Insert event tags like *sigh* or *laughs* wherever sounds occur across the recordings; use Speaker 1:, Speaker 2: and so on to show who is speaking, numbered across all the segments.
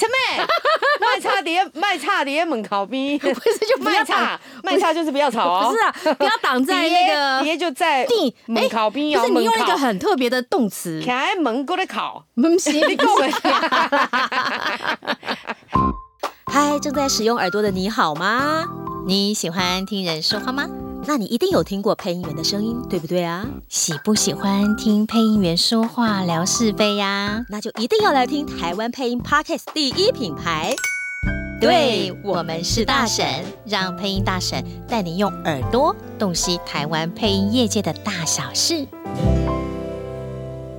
Speaker 1: *laughs*
Speaker 2: 碟卖差碟门口边，
Speaker 3: *laughs*
Speaker 1: 不是就不
Speaker 2: 卖
Speaker 1: 要
Speaker 2: 差
Speaker 1: 打
Speaker 2: 卖差就是不要吵哦，
Speaker 1: 不是啊，不要挡在那个
Speaker 2: 碟碟就在
Speaker 1: 地
Speaker 2: 门口边
Speaker 1: 不
Speaker 2: 哦，
Speaker 1: 是你
Speaker 2: 门
Speaker 1: 用一个
Speaker 2: 口，
Speaker 1: 很特别的动词，
Speaker 2: 徛在门口咧烤，
Speaker 1: *laughs* 不是
Speaker 2: 你
Speaker 3: *laughs*
Speaker 2: 讲的。
Speaker 1: 嗨，正在使用耳朵的你好吗？你喜欢听人说话吗？那你一定有听过配音员的声音，对不对啊？喜不喜欢听配音员说话聊是非呀、那就一定要来听台湾配音 Podcast 第一品牌。对我们是大神，让配音大神带你用耳朵洞悉台湾配音业界的大小事。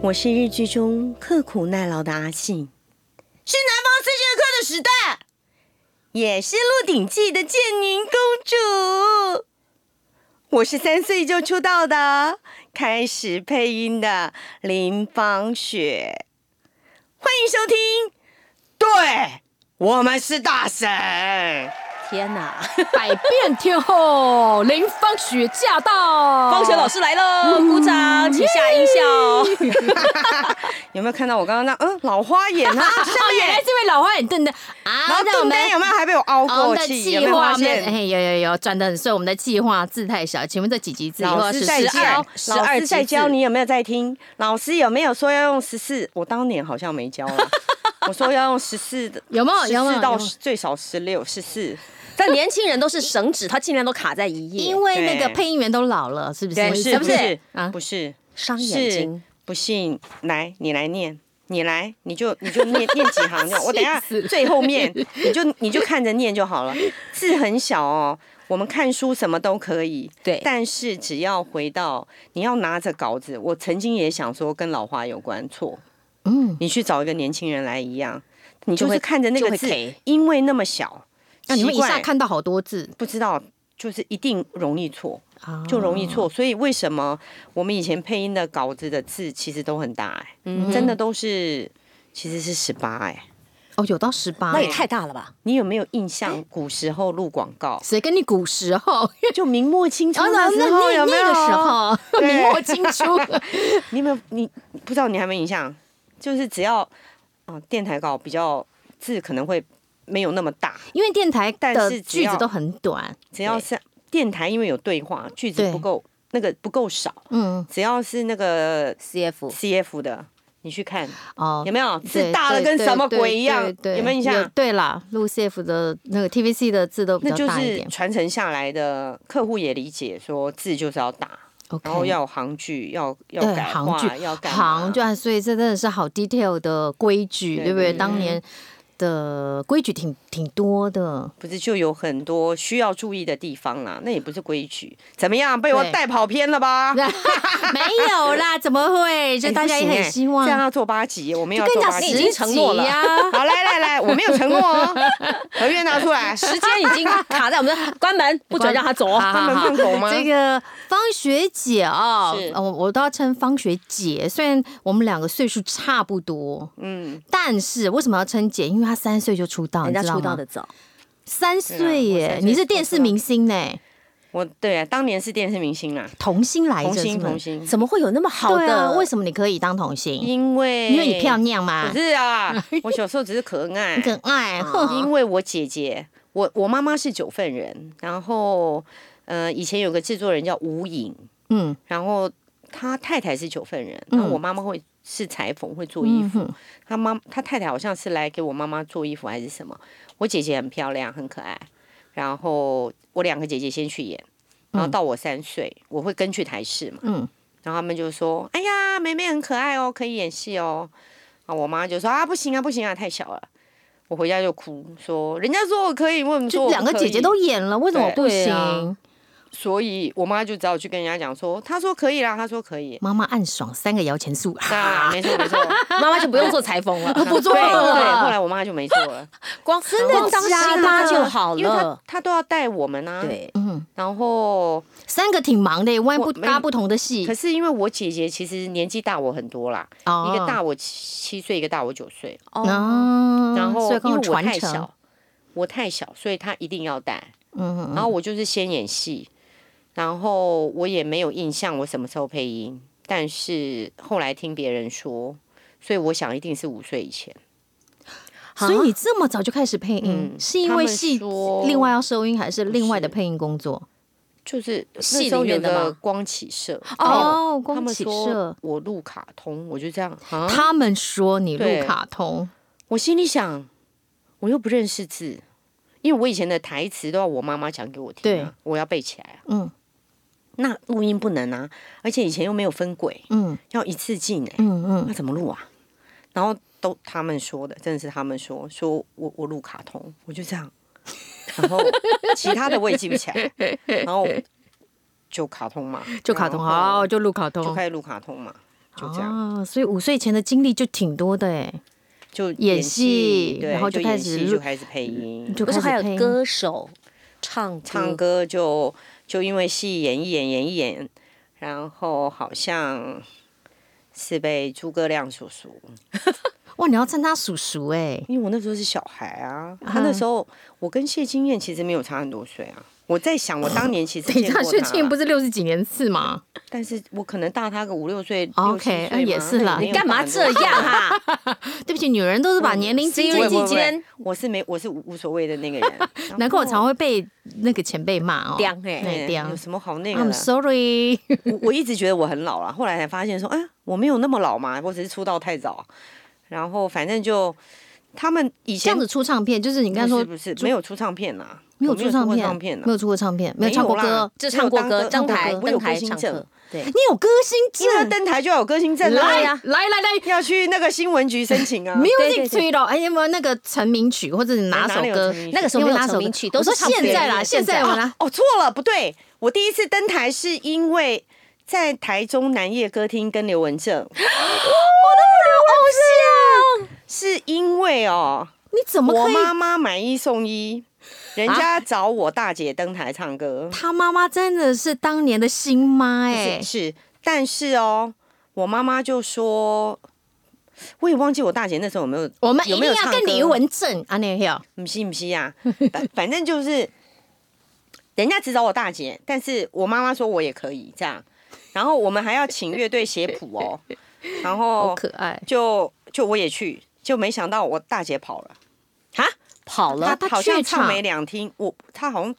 Speaker 2: 我是日剧中刻苦耐劳的阿信，是南方四剑客的时代，也是《鹿鼎记》的建宁公主。我是三岁就出道的，开始配音的林芳雪。欢迎收听，对我们是大神。天哪，
Speaker 3: 百变天后林芳雪驾到，
Speaker 4: 方雪老师来喽，
Speaker 3: 嗯
Speaker 4: 鼓掌，请下音
Speaker 2: 哦 *laughs*
Speaker 4: 效。
Speaker 2: *laughs* 有没有看到我刚刚那嗯老花眼啊？ *laughs*
Speaker 3: 哦，原来这位老花眼瞪的
Speaker 2: 然
Speaker 3: 啊
Speaker 2: 后邓丹有没有还被我凹
Speaker 3: 我
Speaker 2: 过
Speaker 3: 们的
Speaker 2: 气？
Speaker 3: 计
Speaker 2: 有没有
Speaker 3: 划，
Speaker 2: 发
Speaker 3: 我们的
Speaker 2: 现？
Speaker 3: 哎有有有转的很顺，我们的计划字太小，请问这几级字？
Speaker 2: 老师在
Speaker 3: 十
Speaker 2: 教
Speaker 3: 二，，
Speaker 2: 老师在教，
Speaker 3: 12级字
Speaker 2: 你有没有在听？老师有没有说要用十四？我当年好像没教
Speaker 3: *laughs*
Speaker 2: 了，我说要用十四的，
Speaker 3: 有没有有没
Speaker 2: 十
Speaker 3: 有
Speaker 2: 四到
Speaker 3: 有没有
Speaker 2: 最少十六，十四。
Speaker 4: 但年轻人都是绳指，他尽量都卡在一页
Speaker 3: 因。为那
Speaker 2: 对
Speaker 3: 个配音员都老了，是不是？
Speaker 2: 不是不是
Speaker 3: 啊
Speaker 2: 不？是
Speaker 4: 伤眼
Speaker 2: 是
Speaker 4: 睛，
Speaker 2: 不信来你来念。你来，你就你就念念几行就
Speaker 3: *laughs*
Speaker 2: 好，我等一下
Speaker 3: 气死
Speaker 2: 最后面，你就你就看着念就好了。字很小哦，我们看书什么都可以，
Speaker 4: 对
Speaker 2: 但是只要回到你要拿着稿子，我曾经也想说跟老花有关，错，
Speaker 3: 嗯，
Speaker 2: 你去找一个年轻人来一样，你就是
Speaker 4: 会
Speaker 2: 看着那
Speaker 4: 就
Speaker 2: 个
Speaker 4: 会
Speaker 2: 字
Speaker 4: K，
Speaker 2: 因为那么小，
Speaker 3: 那你们
Speaker 2: 奇
Speaker 3: 一
Speaker 2: 怪
Speaker 3: 下看到好多字
Speaker 2: 不知道，就是一定容易错。
Speaker 3: 啊
Speaker 2: 就容易错。所以为什么我们以前配音的稿子的字其实都很大、哎、
Speaker 3: 嗯
Speaker 2: 真的都是其实是十八哎。
Speaker 3: 哦，有到十八
Speaker 4: 那，也太大了吧？
Speaker 2: 你有没有印象？古时候录广告，
Speaker 3: 谁跟你古时候？
Speaker 2: 就明末清初
Speaker 3: *laughs* 那
Speaker 2: 的时候
Speaker 3: 哦那
Speaker 2: 有没有？
Speaker 3: 那个时 *laughs* 候
Speaker 2: 对
Speaker 3: 明末清
Speaker 2: *laughs*
Speaker 3: 初，
Speaker 2: 你有没有？你不知道你还没印象？就是只要啊、呃电台稿比较字可能会没有那么大，
Speaker 3: 因为电台
Speaker 2: 但
Speaker 3: 的
Speaker 2: 是只
Speaker 3: 句
Speaker 2: 要
Speaker 3: 子都很短，
Speaker 2: 只要是电台因为有对话，句子
Speaker 3: 对
Speaker 2: 不够那个不够少，
Speaker 3: 嗯，
Speaker 2: 只要是那个
Speaker 4: CF
Speaker 2: CF 的，你去看
Speaker 3: 哦
Speaker 2: 有，没有字
Speaker 3: 对
Speaker 2: 大的
Speaker 3: 对
Speaker 2: 跟
Speaker 3: 对
Speaker 2: 什么
Speaker 3: 对
Speaker 2: 鬼一样
Speaker 3: 对？对
Speaker 2: 有没有印象？
Speaker 3: 对啦，录 CF 的那个 TVC 的字都比
Speaker 2: 那
Speaker 3: 较
Speaker 2: 就
Speaker 3: 大一
Speaker 2: 是
Speaker 3: 点。
Speaker 2: 传承下来的，客户也理解说字就是要大，然后
Speaker 3: OK，
Speaker 2: 要有行距，要要
Speaker 3: 对
Speaker 2: 改
Speaker 3: 行
Speaker 2: 话，
Speaker 3: 距
Speaker 2: 要改
Speaker 3: 行距，啊，所以这真的是好 detail 的规矩，
Speaker 2: 对
Speaker 3: 对不对？
Speaker 2: 对
Speaker 3: 当年的规矩挺挺多
Speaker 2: *laughs*
Speaker 3: 的，
Speaker 2: 不是就有很多需要注意的地方啦。那也不是规矩，怎么样被我带跑偏了吧？
Speaker 3: 没有啦，怎么会？就
Speaker 2: 哎
Speaker 3: 大家也
Speaker 2: 不行
Speaker 3: 很
Speaker 2: 哎
Speaker 3: 希望
Speaker 2: 这。样要做八集，我们要
Speaker 3: 跟
Speaker 2: 做
Speaker 3: 你讲
Speaker 2: 八
Speaker 3: 十
Speaker 2: 集，
Speaker 3: 集
Speaker 4: 你已经承诺了
Speaker 3: 呀，
Speaker 2: 好，来来来，我没有承诺
Speaker 3: *laughs*
Speaker 2: 哦，合约拿出来。
Speaker 4: 时间已经卡在我们的关门，不准让他走
Speaker 1: *laughs*
Speaker 4: 哦。
Speaker 3: 好
Speaker 2: 他们
Speaker 3: 好
Speaker 2: 放狗吗？
Speaker 3: 这个方学姐哦
Speaker 2: 是，
Speaker 3: 呃我我都要称方学姐，虽然我们两个岁数差不多，
Speaker 2: 嗯，
Speaker 3: 但是为什么要称姐？因为她三岁就出道，
Speaker 4: 人
Speaker 3: 你
Speaker 4: 家
Speaker 3: 知道
Speaker 4: 出道
Speaker 3: 吗？
Speaker 4: 的早，
Speaker 3: 三岁
Speaker 2: 对啊我三
Speaker 3: 耶，
Speaker 2: 岁
Speaker 3: 你是电视明星呢，
Speaker 2: 我对啊，当年是电视明星啦，
Speaker 3: 童星来着
Speaker 2: 童
Speaker 3: 是
Speaker 2: 星
Speaker 3: 吗
Speaker 2: 童？星，
Speaker 4: 怎么会有那么好
Speaker 3: 对啊，
Speaker 4: 的？
Speaker 3: 为什么你可以当童星？
Speaker 2: 因为
Speaker 3: 因为你漂亮嘛
Speaker 2: 不，是
Speaker 3: *laughs*
Speaker 2: 啊，我小时候只是可爱，嗯
Speaker 3: 可爱，哼
Speaker 2: 因为我姐姐，我我妈妈是九份人，然后呃，以前有个制作人叫吴颖，
Speaker 3: 嗯
Speaker 2: 然后他太太是九份人，然后我妈妈会是裁缝，会做衣
Speaker 3: 嗯
Speaker 2: 服。
Speaker 3: 哼，
Speaker 2: 他妈他太太好像是来给我妈妈做衣服还是什么。我姐姐很漂亮，很可爱。然后我两个姐姐先去演，然后到我三岁，我会跟去台视嘛。
Speaker 3: 嗯
Speaker 2: 然后他们就说：“哎呀，妹妹很可爱哦，可以演戏哦。”啊，我妈就说：“啊，不行啊，不行啊，太小了。”我回家就哭，说：“人家说我可以，为什么说
Speaker 3: 就
Speaker 2: 我不
Speaker 3: 两个
Speaker 2: 可以
Speaker 3: 姐姐都演了，为什么
Speaker 2: 对
Speaker 3: 不
Speaker 4: 对
Speaker 3: 行
Speaker 4: 啊？
Speaker 2: 所以我妈就只好去跟人家讲说，她说可以啦，她说可
Speaker 3: *laughs*
Speaker 2: 以。
Speaker 3: 妈妈暗爽三个摇钱树，
Speaker 2: *laughs* 那啊
Speaker 3: *laughs*
Speaker 2: 没错没错，
Speaker 4: 妈妈 *laughs* 就不用做裁缝了，
Speaker 2: 不做了。对，后来我妈就没做
Speaker 4: *laughs*
Speaker 2: 了，
Speaker 4: 光真的当
Speaker 3: 假
Speaker 4: 师
Speaker 3: 的
Speaker 4: 妈就好
Speaker 2: 因为她
Speaker 4: 了。
Speaker 2: 她都要带我们啊。，
Speaker 4: 对，
Speaker 3: 嗯，
Speaker 2: 然后
Speaker 3: 三个挺忙的，万一不
Speaker 2: 我没
Speaker 3: 搭不同的戏
Speaker 2: 可，是因为我姐姐其实年纪大我很多啦，
Speaker 3: 哦
Speaker 2: 一个大我七岁，一个大我九岁。
Speaker 4: 哦，
Speaker 3: 哦，
Speaker 2: 嗯然后
Speaker 3: 所以
Speaker 2: 因
Speaker 3: 跟
Speaker 2: 为
Speaker 3: 我
Speaker 2: 我
Speaker 3: 传
Speaker 2: 太
Speaker 3: 承，
Speaker 2: 小，我太小，所以她一定要带。
Speaker 3: 嗯，
Speaker 2: 然后我就是先演戏，然后我也没有印象我什么时候配音，但是后来听别人说，所以我想一定是五岁以前。
Speaker 3: 所以你这么早就开始配音，
Speaker 5: 嗯
Speaker 3: 是因为戏
Speaker 2: 啊他们说
Speaker 3: 另外要收音，还是另外的配音工作？
Speaker 2: 就是那
Speaker 1: 戏
Speaker 2: 时候
Speaker 1: 里面
Speaker 2: 有
Speaker 1: 的吗
Speaker 2: 个光启社
Speaker 3: 哦光
Speaker 2: 他们
Speaker 3: 启
Speaker 2: 说
Speaker 3: 社
Speaker 2: 我录卡通，我就这样啊，
Speaker 3: 他们说你录
Speaker 2: 对
Speaker 3: 卡通，
Speaker 2: 我心里想，我又不认识字，因为我以前的台词都要我妈妈讲给我听、啊，我要背起来啊。
Speaker 3: 嗯
Speaker 2: 那录音不能啊，而且以前又没有分轨，
Speaker 3: 嗯
Speaker 2: 要一次进哎、
Speaker 3: 嗯嗯，
Speaker 2: 那怎么录啊？然后都他们说的，真的是他们说，说我我录卡通，我就这样，然后其他的我也记不起来，然后就卡通嘛，
Speaker 3: *laughs* 就卡通，
Speaker 2: 然后
Speaker 3: 好，就哦录卡通，
Speaker 2: 就开始录卡通嘛，就这样，
Speaker 3: 啊，所以五岁前的经历就挺多的哎，
Speaker 2: 就
Speaker 3: 演戏
Speaker 2: 对
Speaker 3: 然后就
Speaker 2: 就
Speaker 3: 开
Speaker 2: 演
Speaker 3: 始
Speaker 2: 戏
Speaker 3: 录
Speaker 2: 就开始配音，
Speaker 3: 就
Speaker 1: 不
Speaker 3: 开
Speaker 1: 是
Speaker 3: 始
Speaker 1: 还
Speaker 3: 配
Speaker 1: 有
Speaker 3: 音，
Speaker 1: 歌手唱歌
Speaker 2: 唱歌就就因为戏演一演演一演，然后好像是被诸葛亮所属，
Speaker 3: 哇，你要称他叔叔哎，
Speaker 2: 因为我那时候是小孩啊，他
Speaker 3: 嗯
Speaker 2: 那时候我跟谢金燕其实没有差很多岁啊。我在想，我啊当年其实
Speaker 3: *laughs* 等一
Speaker 2: 见
Speaker 3: 下，
Speaker 2: 过
Speaker 3: 薛
Speaker 2: 他
Speaker 3: 庆不是六十几年次吗？
Speaker 2: 但是我可能大他个五六岁
Speaker 3: OK，啊
Speaker 2: 六七岁嘛
Speaker 3: 也是啦
Speaker 2: 那也没有
Speaker 3: 你
Speaker 2: 大
Speaker 1: 干嘛
Speaker 2: 很多
Speaker 1: 这样啊？ *laughs*
Speaker 3: 对不起，女人都是把
Speaker 2: 嗯
Speaker 3: 年龄
Speaker 1: 因
Speaker 3: 经
Speaker 2: 不会
Speaker 3: 历，
Speaker 1: 为
Speaker 2: 不
Speaker 1: 你
Speaker 2: 会
Speaker 1: 今天
Speaker 2: 我是没我是无无所谓的那个人
Speaker 3: *laughs* 难怪我常会被那个前辈骂哦。
Speaker 1: 凉哎、
Speaker 3: 哎
Speaker 2: 哎
Speaker 3: 对啊
Speaker 2: 有什么好那个
Speaker 3: I'm
Speaker 2: 的？
Speaker 3: sorry，
Speaker 2: 我我一直觉得我很老了，后来才发现说，哎，我没有那么老嘛，我只是出道太早。然后反正就他们以
Speaker 3: 这
Speaker 2: 前
Speaker 3: 样子出唱片，就是你刚才说
Speaker 2: 不是不是没有出唱片啦，
Speaker 3: 没有
Speaker 2: 我
Speaker 3: 出
Speaker 2: 过
Speaker 3: 唱片，
Speaker 2: 唱片啦啊
Speaker 3: 没有出过唱片，没
Speaker 2: 没
Speaker 3: 有
Speaker 2: 有
Speaker 3: 唱过
Speaker 2: 啦
Speaker 3: 歌。
Speaker 1: 就唱过歌，
Speaker 2: 我有当
Speaker 1: 登
Speaker 2: 歌
Speaker 1: 台
Speaker 2: 我有
Speaker 1: 登
Speaker 2: 歌
Speaker 1: 台
Speaker 2: 星
Speaker 1: 唱
Speaker 2: 证
Speaker 1: 歌，对，
Speaker 3: 你有歌星
Speaker 2: 因为要
Speaker 3: 证？
Speaker 2: 登台就要有歌星证啦，
Speaker 1: 来呀
Speaker 3: 来来来
Speaker 2: 要去那个新闻局申请啊。
Speaker 3: ，music 推了，哎，有没有那个成名曲或者你哪
Speaker 2: 哪
Speaker 3: 首
Speaker 2: 里有
Speaker 3: 歌
Speaker 2: 成？名曲
Speaker 1: 那个时候
Speaker 3: 因
Speaker 1: 没
Speaker 3: 为
Speaker 1: 有
Speaker 3: 哪首
Speaker 1: 成名
Speaker 3: 歌
Speaker 1: 曲，
Speaker 3: 我
Speaker 1: 都是
Speaker 3: 说
Speaker 1: 唱
Speaker 3: 现
Speaker 1: 别
Speaker 3: 在
Speaker 1: 人
Speaker 3: 啦，
Speaker 1: 的
Speaker 3: 现在我啦，
Speaker 2: 哦，错了，不对，我第一次登台是因为在台中南夜歌厅跟刘文正，我的偶像，是因为哦，
Speaker 3: 你怎么
Speaker 2: 我
Speaker 3: 可以？
Speaker 2: 妈妈买一送一，人家找我大姐登台唱歌，
Speaker 3: 他妈妈真的是当年的新妈哎
Speaker 2: 是，是，但是哦，我妈妈就说。我也忘记我大姐那时候有没有，
Speaker 3: 我们一
Speaker 2: 有没有
Speaker 3: 定要
Speaker 2: 唱
Speaker 3: 跟
Speaker 2: 歌
Speaker 3: 李文正啊那个。
Speaker 2: 不是不是呀、反反正就是人家只找我大姐，但是我妈妈说我也可以这样，然后我们还要请乐队写谱哦，然
Speaker 3: 好
Speaker 2: 后
Speaker 3: 可爱。
Speaker 2: 就就我也去，就没想到我大姐跑了，
Speaker 1: 跑了，
Speaker 3: 她
Speaker 2: 好像
Speaker 3: 怯场
Speaker 2: 唱没两听，我她好像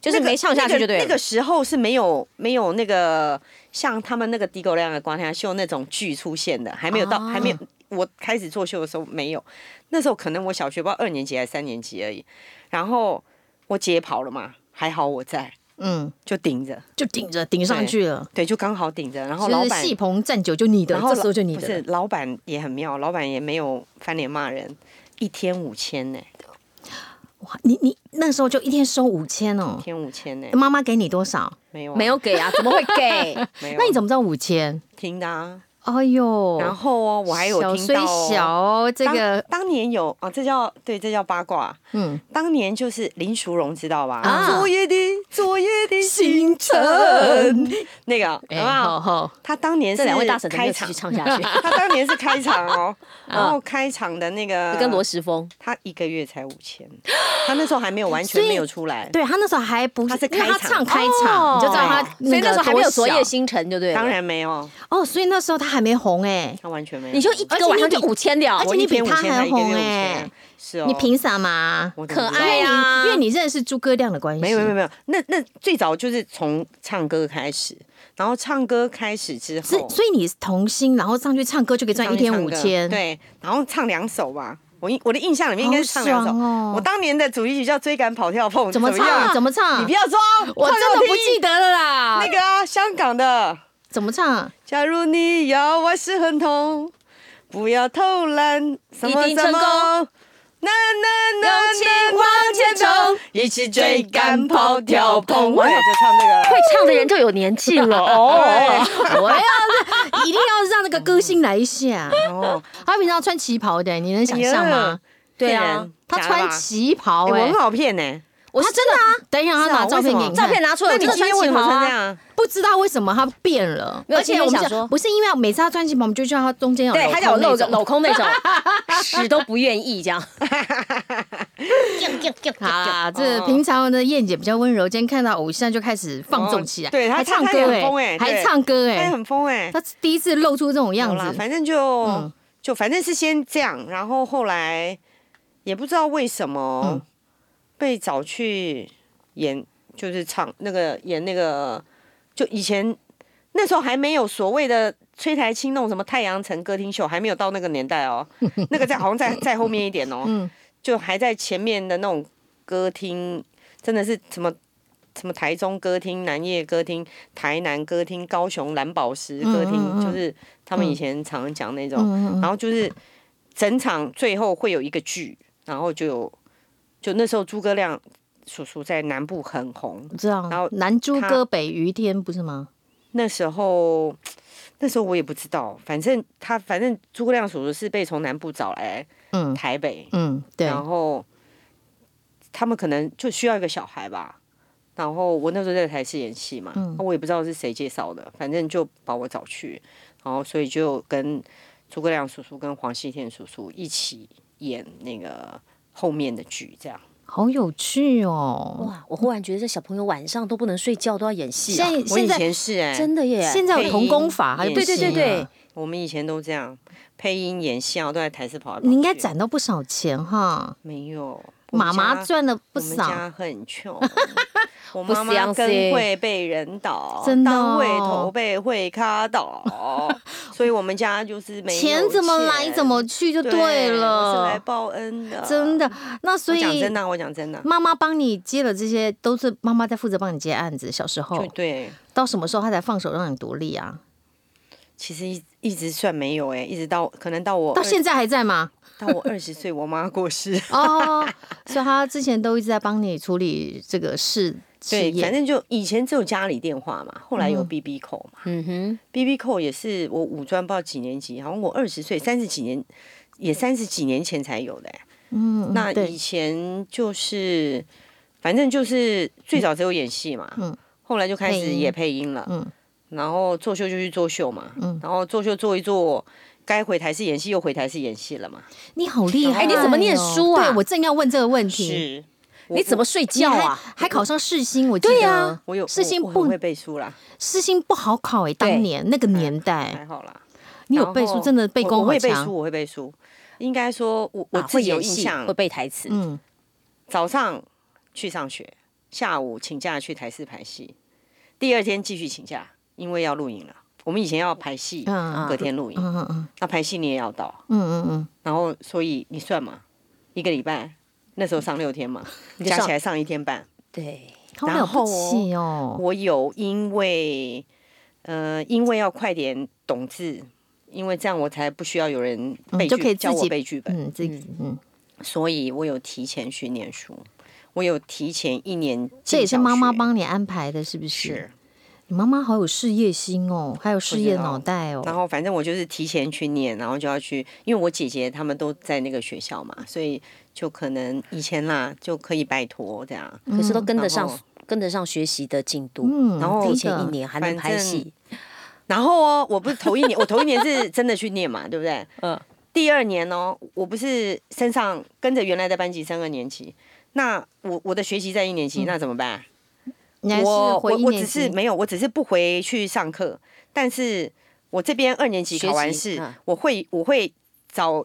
Speaker 1: 就是没唱下去就对
Speaker 2: 那个。那
Speaker 1: 了。
Speaker 2: 个时候是没有没有那个像他们那个低狗亮的光天秀那种剧出现的，还没有
Speaker 1: 哦
Speaker 2: 到、
Speaker 3: 啊
Speaker 2: 还没有。我开始做秀的时候没有，那时候可能我小学不知道二年级还是三年级而已。然后我姐跑了嘛，还好我在，
Speaker 3: 嗯，
Speaker 2: 就顶着，
Speaker 3: 就顶着顶上去了。
Speaker 2: 对，就刚好顶着。然后
Speaker 3: 就
Speaker 2: 老
Speaker 3: 是
Speaker 2: 板
Speaker 3: 戏棚站久就你的，
Speaker 2: 然后
Speaker 3: 这时候
Speaker 2: 老
Speaker 3: 就你
Speaker 2: 不
Speaker 3: 的
Speaker 2: 是
Speaker 3: 了。
Speaker 2: 老板也很妙，老板也没有翻脸骂人，一天五千呢、
Speaker 3: 哇，你你那时候就一天收五千哦
Speaker 2: 一，天五千呢、
Speaker 3: 妈妈给你多少？
Speaker 2: 没有啊
Speaker 1: 没有给啊？怎么会给？
Speaker 2: *laughs* 没有，
Speaker 3: 那你
Speaker 2: 么
Speaker 3: 怎么知道五千？
Speaker 2: 听的啊？
Speaker 3: 哎呦，
Speaker 2: 然后哦，我还有
Speaker 3: 小
Speaker 2: 听到、
Speaker 3: 虽
Speaker 2: 哦、
Speaker 3: 小这个，
Speaker 2: 当当年有啊，这叫对，这叫八卦。
Speaker 3: 嗯，
Speaker 2: 当年就是林淑荣，知道吧？
Speaker 1: 啊
Speaker 2: 昨夜的昨夜
Speaker 3: *laughs*
Speaker 2: 的星辰，那个好不
Speaker 3: 哎，
Speaker 2: 好？
Speaker 3: 好好，
Speaker 2: 他当年
Speaker 1: 这
Speaker 2: 是
Speaker 1: 两位大神
Speaker 2: 开
Speaker 1: 开
Speaker 2: 场
Speaker 1: 去，唱下 *laughs* 去，
Speaker 2: 他当年是开场
Speaker 3: *laughs*
Speaker 2: 哦。
Speaker 3: 啊
Speaker 2: 然后开场的那个
Speaker 1: 跟罗时丰
Speaker 2: 他一个月才五千，他那时候还没有完全没有出来。
Speaker 3: 对他那时候还不
Speaker 2: 他是
Speaker 3: 因为
Speaker 2: 开
Speaker 3: 他
Speaker 2: 场
Speaker 3: 唱开场，你就知道他
Speaker 1: 哦，所以那时候还没有昨夜星辰，就对了。
Speaker 2: 当，然没有，
Speaker 3: 哦，所以那时候他还没红哎，
Speaker 2: 他完全没有。
Speaker 1: 你就一个晚上就五千掉，
Speaker 3: 而且
Speaker 2: 我
Speaker 3: 你
Speaker 2: 一天
Speaker 3: 比
Speaker 2: 五
Speaker 3: 他
Speaker 2: 千，
Speaker 3: 还
Speaker 2: 一个月
Speaker 3: 红
Speaker 2: 五
Speaker 3: 哎
Speaker 2: 千，是哦。
Speaker 3: 你凭什么？
Speaker 2: 我怎么知道
Speaker 1: 可爱啊
Speaker 3: 因为你认识诸葛亮的关系，
Speaker 2: 没有没有没有，那那最早就是从唱歌开始，然后唱歌开始之
Speaker 3: 是
Speaker 2: 后，
Speaker 3: 所以你童星，然后上去唱歌就可以赚一天五千，，
Speaker 2: 对，然后唱两首吧。我印我的印象里面应该是唱两首。
Speaker 3: 好爽哦
Speaker 2: 我当年的主题曲叫《追赶跑跳碰》，
Speaker 3: 怎么唱？
Speaker 2: 样
Speaker 3: 怎么唱？
Speaker 2: 你不要装，
Speaker 3: 我
Speaker 2: 唱
Speaker 3: 真
Speaker 2: 给
Speaker 3: 的不
Speaker 2: 听
Speaker 3: 记得了啦
Speaker 2: 那。个啊，香港的。
Speaker 3: 怎么唱？
Speaker 2: 假如你要万事亨通，不要偷懒，什么
Speaker 1: 一定成
Speaker 2: 什
Speaker 1: 功
Speaker 2: 么。那那那
Speaker 1: 勇气
Speaker 2: 那
Speaker 1: 往前冲，
Speaker 2: 一起追赶跑跳碰。我小就唱这个了。
Speaker 1: 会唱的人就有年纪了哦。
Speaker 2: 对
Speaker 3: 我要是啊一定要让那个歌星来一下。
Speaker 2: 哦，
Speaker 3: 他平常穿旗袍的，你能想象
Speaker 2: 哎
Speaker 3: 吗？
Speaker 1: 对
Speaker 2: 骗
Speaker 1: 啊
Speaker 2: 人，
Speaker 3: 他
Speaker 2: 假的
Speaker 3: 穿
Speaker 2: 吧
Speaker 3: 旗袍
Speaker 2: 哎我
Speaker 3: 哎
Speaker 2: 很，好骗呢。
Speaker 1: 我是真的啊，
Speaker 3: 等一下他
Speaker 2: 是啊
Speaker 3: 拿照片给你
Speaker 2: 为什么
Speaker 3: 看
Speaker 1: *laughs*
Speaker 2: *laughs*
Speaker 1: 照片拿出来，
Speaker 2: 那
Speaker 1: 我
Speaker 2: 你
Speaker 1: 真的
Speaker 2: 今
Speaker 1: 穿
Speaker 2: 天为什
Speaker 1: 旗袍
Speaker 2: 么穿这
Speaker 1: 啊。
Speaker 2: 样啊？
Speaker 3: 不知道为什么他变了，
Speaker 1: 没有
Speaker 3: 而且
Speaker 1: 今天
Speaker 3: 我们
Speaker 1: 想
Speaker 3: 想
Speaker 1: 说
Speaker 3: 不是因为每次他穿旗袍，我们就叫他中间有
Speaker 1: 对，他叫我
Speaker 3: 露
Speaker 1: 露
Speaker 3: 个
Speaker 1: 个镂空那种， *laughs* 死都不愿意这 *laughs* 样。
Speaker 3: 好啦，
Speaker 2: 哦
Speaker 3: 这平常呢，燕姐比较温柔，今天看到偶像就开始放纵起来，
Speaker 2: 哦对她
Speaker 3: 还唱
Speaker 2: 她她也
Speaker 3: 歌
Speaker 2: 很疯
Speaker 3: 哎，
Speaker 2: 哎
Speaker 3: 还
Speaker 2: 对
Speaker 3: 唱歌
Speaker 2: 他也
Speaker 3: 哎，
Speaker 2: 很疯哎。
Speaker 3: 她第一次露出这种样
Speaker 2: 有啦
Speaker 3: 子，嗯
Speaker 2: 反正就就反正是先这样，然后后来也不知道为什
Speaker 3: 嗯
Speaker 2: 么被找去演，就是唱那个演那个，就以前那时候还没有所谓的崔台青弄什么太阳城歌厅秀，还没有到那个年代
Speaker 3: *laughs*
Speaker 2: 哦，那个在好像在在后面一点哦，
Speaker 3: 嗯
Speaker 2: 就还在前面的那种歌厅，真的是什么。什么台中歌厅、南叶歌厅、台南歌厅、高雄蓝宝石歌厅，
Speaker 3: 嗯嗯嗯
Speaker 2: 就是他们以前常常讲那种，然后就是整场最后会有一个剧，然后就有就那时候诸葛亮叔叔在南部很红，
Speaker 3: 我知道。
Speaker 2: 然后
Speaker 3: 南诸
Speaker 2: 他
Speaker 3: 歌北于天不是吗？
Speaker 2: 那时候那时候我也不知道，反正他反正诸葛亮叔叔是被从南部找来
Speaker 3: 嗯
Speaker 2: 台北，
Speaker 3: 嗯，对，
Speaker 2: 然后他们可能就需要一个小孩吧。然后我那时候在台视演戏嘛，
Speaker 3: 嗯
Speaker 2: 我也不知道是谁介绍的，反正就把我找去，然后所以就跟诸葛亮叔叔跟黄西天叔叔一起演那个后面的剧，这样。
Speaker 3: 好有趣哦。
Speaker 1: 哇，我忽然觉得这小朋友晚上都不能睡觉，都要演戏、
Speaker 3: 现
Speaker 1: 啊。
Speaker 3: 在
Speaker 2: 我以
Speaker 3: 现在
Speaker 2: 前是哎、
Speaker 1: 真的耶！
Speaker 3: 现在有
Speaker 2: 配
Speaker 3: 童
Speaker 2: 音
Speaker 3: 工法，还有
Speaker 2: 演
Speaker 1: 对对对
Speaker 3: 戏
Speaker 1: 对
Speaker 3: 啊，
Speaker 2: 我们以前都这样，配音演戏啊，都在台视跑来跑去。
Speaker 3: 你应该攒到不少钱哈。
Speaker 2: 没有？我们
Speaker 3: 妈妈
Speaker 2: 家
Speaker 3: 赚了
Speaker 2: 我
Speaker 3: 不
Speaker 2: 们
Speaker 3: 少，
Speaker 2: 家很穷，
Speaker 3: *laughs*
Speaker 2: 我妈
Speaker 1: 不相
Speaker 2: 妈
Speaker 1: 信
Speaker 2: 跟会被人倒，
Speaker 3: 真的
Speaker 2: 单
Speaker 3: 哦
Speaker 2: 位头被会卡
Speaker 3: *laughs*
Speaker 2: 倒，所以我们家就是没有
Speaker 3: 钱怎么来
Speaker 2: 钱
Speaker 3: 怎么去就
Speaker 2: 对
Speaker 3: 对
Speaker 2: 我是来
Speaker 3: 了，
Speaker 2: 报恩的，
Speaker 3: 真的。那所
Speaker 2: 我
Speaker 3: 以
Speaker 2: 讲真的啊，我讲真的啊，
Speaker 3: 妈妈帮你接了这些，都是妈妈在负责帮你接案子。小时候
Speaker 2: 就对。
Speaker 3: 到什么时候她才放手让你独立啊？
Speaker 2: 其实一一直算没有哎、一直到可能到我
Speaker 3: 到
Speaker 2: 二
Speaker 3: 现在还
Speaker 2: *laughs*
Speaker 3: 在吗？
Speaker 2: 到我二十岁，我妈过世。
Speaker 3: 哦，所以她之前都一直在帮你处理这个事事
Speaker 2: 对，反
Speaker 3: 业。
Speaker 2: 正就以前只有家里电话嘛，后来有 B B 扣嘛。
Speaker 1: 嗯哼，
Speaker 2: B B 扣也是我五专不知道几年级，好像我二十岁，三十几年也三十几年前才有的欸、
Speaker 3: 嗯，
Speaker 2: 那
Speaker 3: 嗯
Speaker 2: 以
Speaker 3: 对，
Speaker 2: 前就是，反正就是最早只有演戏嘛，
Speaker 3: 嗯
Speaker 2: 后来就开
Speaker 3: 配
Speaker 2: 始
Speaker 3: 音
Speaker 2: 也配音了，
Speaker 3: 嗯
Speaker 2: 然后做秀就去做秀嘛，然后做秀做一做，该回台式演戏又回台式演戏了嘛，
Speaker 3: 你好厉害、哦
Speaker 1: 哎你怎么念书啊
Speaker 3: 对我正要问这个问题。
Speaker 2: 是，
Speaker 1: 你怎么睡
Speaker 3: 你
Speaker 1: 觉
Speaker 3: 还
Speaker 1: 啊？
Speaker 3: 还考上世新，我记得。
Speaker 1: 对啊
Speaker 2: 我有
Speaker 3: 世新
Speaker 2: 我我很
Speaker 3: 不
Speaker 2: 会背书啦，
Speaker 3: 世新不好考哎、当年那个年代，
Speaker 2: 还好啦，
Speaker 3: 你有
Speaker 2: 嗯然
Speaker 3: 背书
Speaker 2: 后
Speaker 3: 真的背
Speaker 2: 我
Speaker 3: 功
Speaker 2: 我
Speaker 3: 好
Speaker 2: 会背书，
Speaker 3: 强。
Speaker 2: 我会背书，应该说我我
Speaker 1: 啊
Speaker 2: 自
Speaker 1: 会
Speaker 2: 己有
Speaker 1: 演
Speaker 2: 印
Speaker 1: 戏，
Speaker 2: 象
Speaker 1: 会，背台词。
Speaker 3: 嗯，
Speaker 2: 早上去上学，下午请假去台视排戏，第二天继续请假，因为要录影了。我们以前要排戏，
Speaker 3: 嗯
Speaker 2: 隔天录影，
Speaker 3: 嗯嗯
Speaker 2: 那排戏你也要到，
Speaker 3: 嗯嗯嗯，
Speaker 2: 然后所以你算嘛，一个礼拜那时候上六天嘛，
Speaker 1: 就
Speaker 2: 加
Speaker 1: 上
Speaker 2: 起来上一天半。
Speaker 1: 对，
Speaker 3: 好了不起
Speaker 2: 然
Speaker 3: 哦。
Speaker 2: 我有因为呃，因为要快点懂字，因为这样我才不需要有人背剧、
Speaker 3: 嗯就可以自
Speaker 2: 教我
Speaker 3: 己
Speaker 2: 背剧本。
Speaker 3: 嗯，这个嗯，
Speaker 2: 所以我有提前去念书，我有提前一年进小学。
Speaker 3: 这也是妈妈帮你安排的，是不是？
Speaker 2: 是，
Speaker 3: 你妈妈好有事业心哦，还有事业脑袋
Speaker 2: 然
Speaker 3: 哦。
Speaker 2: 后反正我就是提前去念，然后就要去，因为我姐姐她们都在那个学校嘛，所以就可能以前啦就可以拜托这样。
Speaker 1: 可是都跟得上
Speaker 2: 然后
Speaker 1: 跟得上学习的进度。
Speaker 3: 嗯，
Speaker 2: 然后
Speaker 1: 提
Speaker 2: 真
Speaker 1: 前
Speaker 3: 的
Speaker 1: 一年还能拍戏，
Speaker 2: 然后哦，我不是头一年，我头一年是真的去念嘛，对不对？
Speaker 1: 嗯。
Speaker 2: 第二年哦，我不是身上跟着原来的班级升二年级，那我我的学习在一年级，那怎么办？
Speaker 3: 你还是
Speaker 2: 我
Speaker 3: 回
Speaker 2: 我
Speaker 3: 一
Speaker 2: 我
Speaker 3: 年
Speaker 2: 只是
Speaker 3: 级，
Speaker 2: 没有，我只是不回去上课，但是我这边二年级
Speaker 1: 学
Speaker 2: 考完
Speaker 1: 习
Speaker 2: 试
Speaker 1: 嗯，
Speaker 2: 我会我会找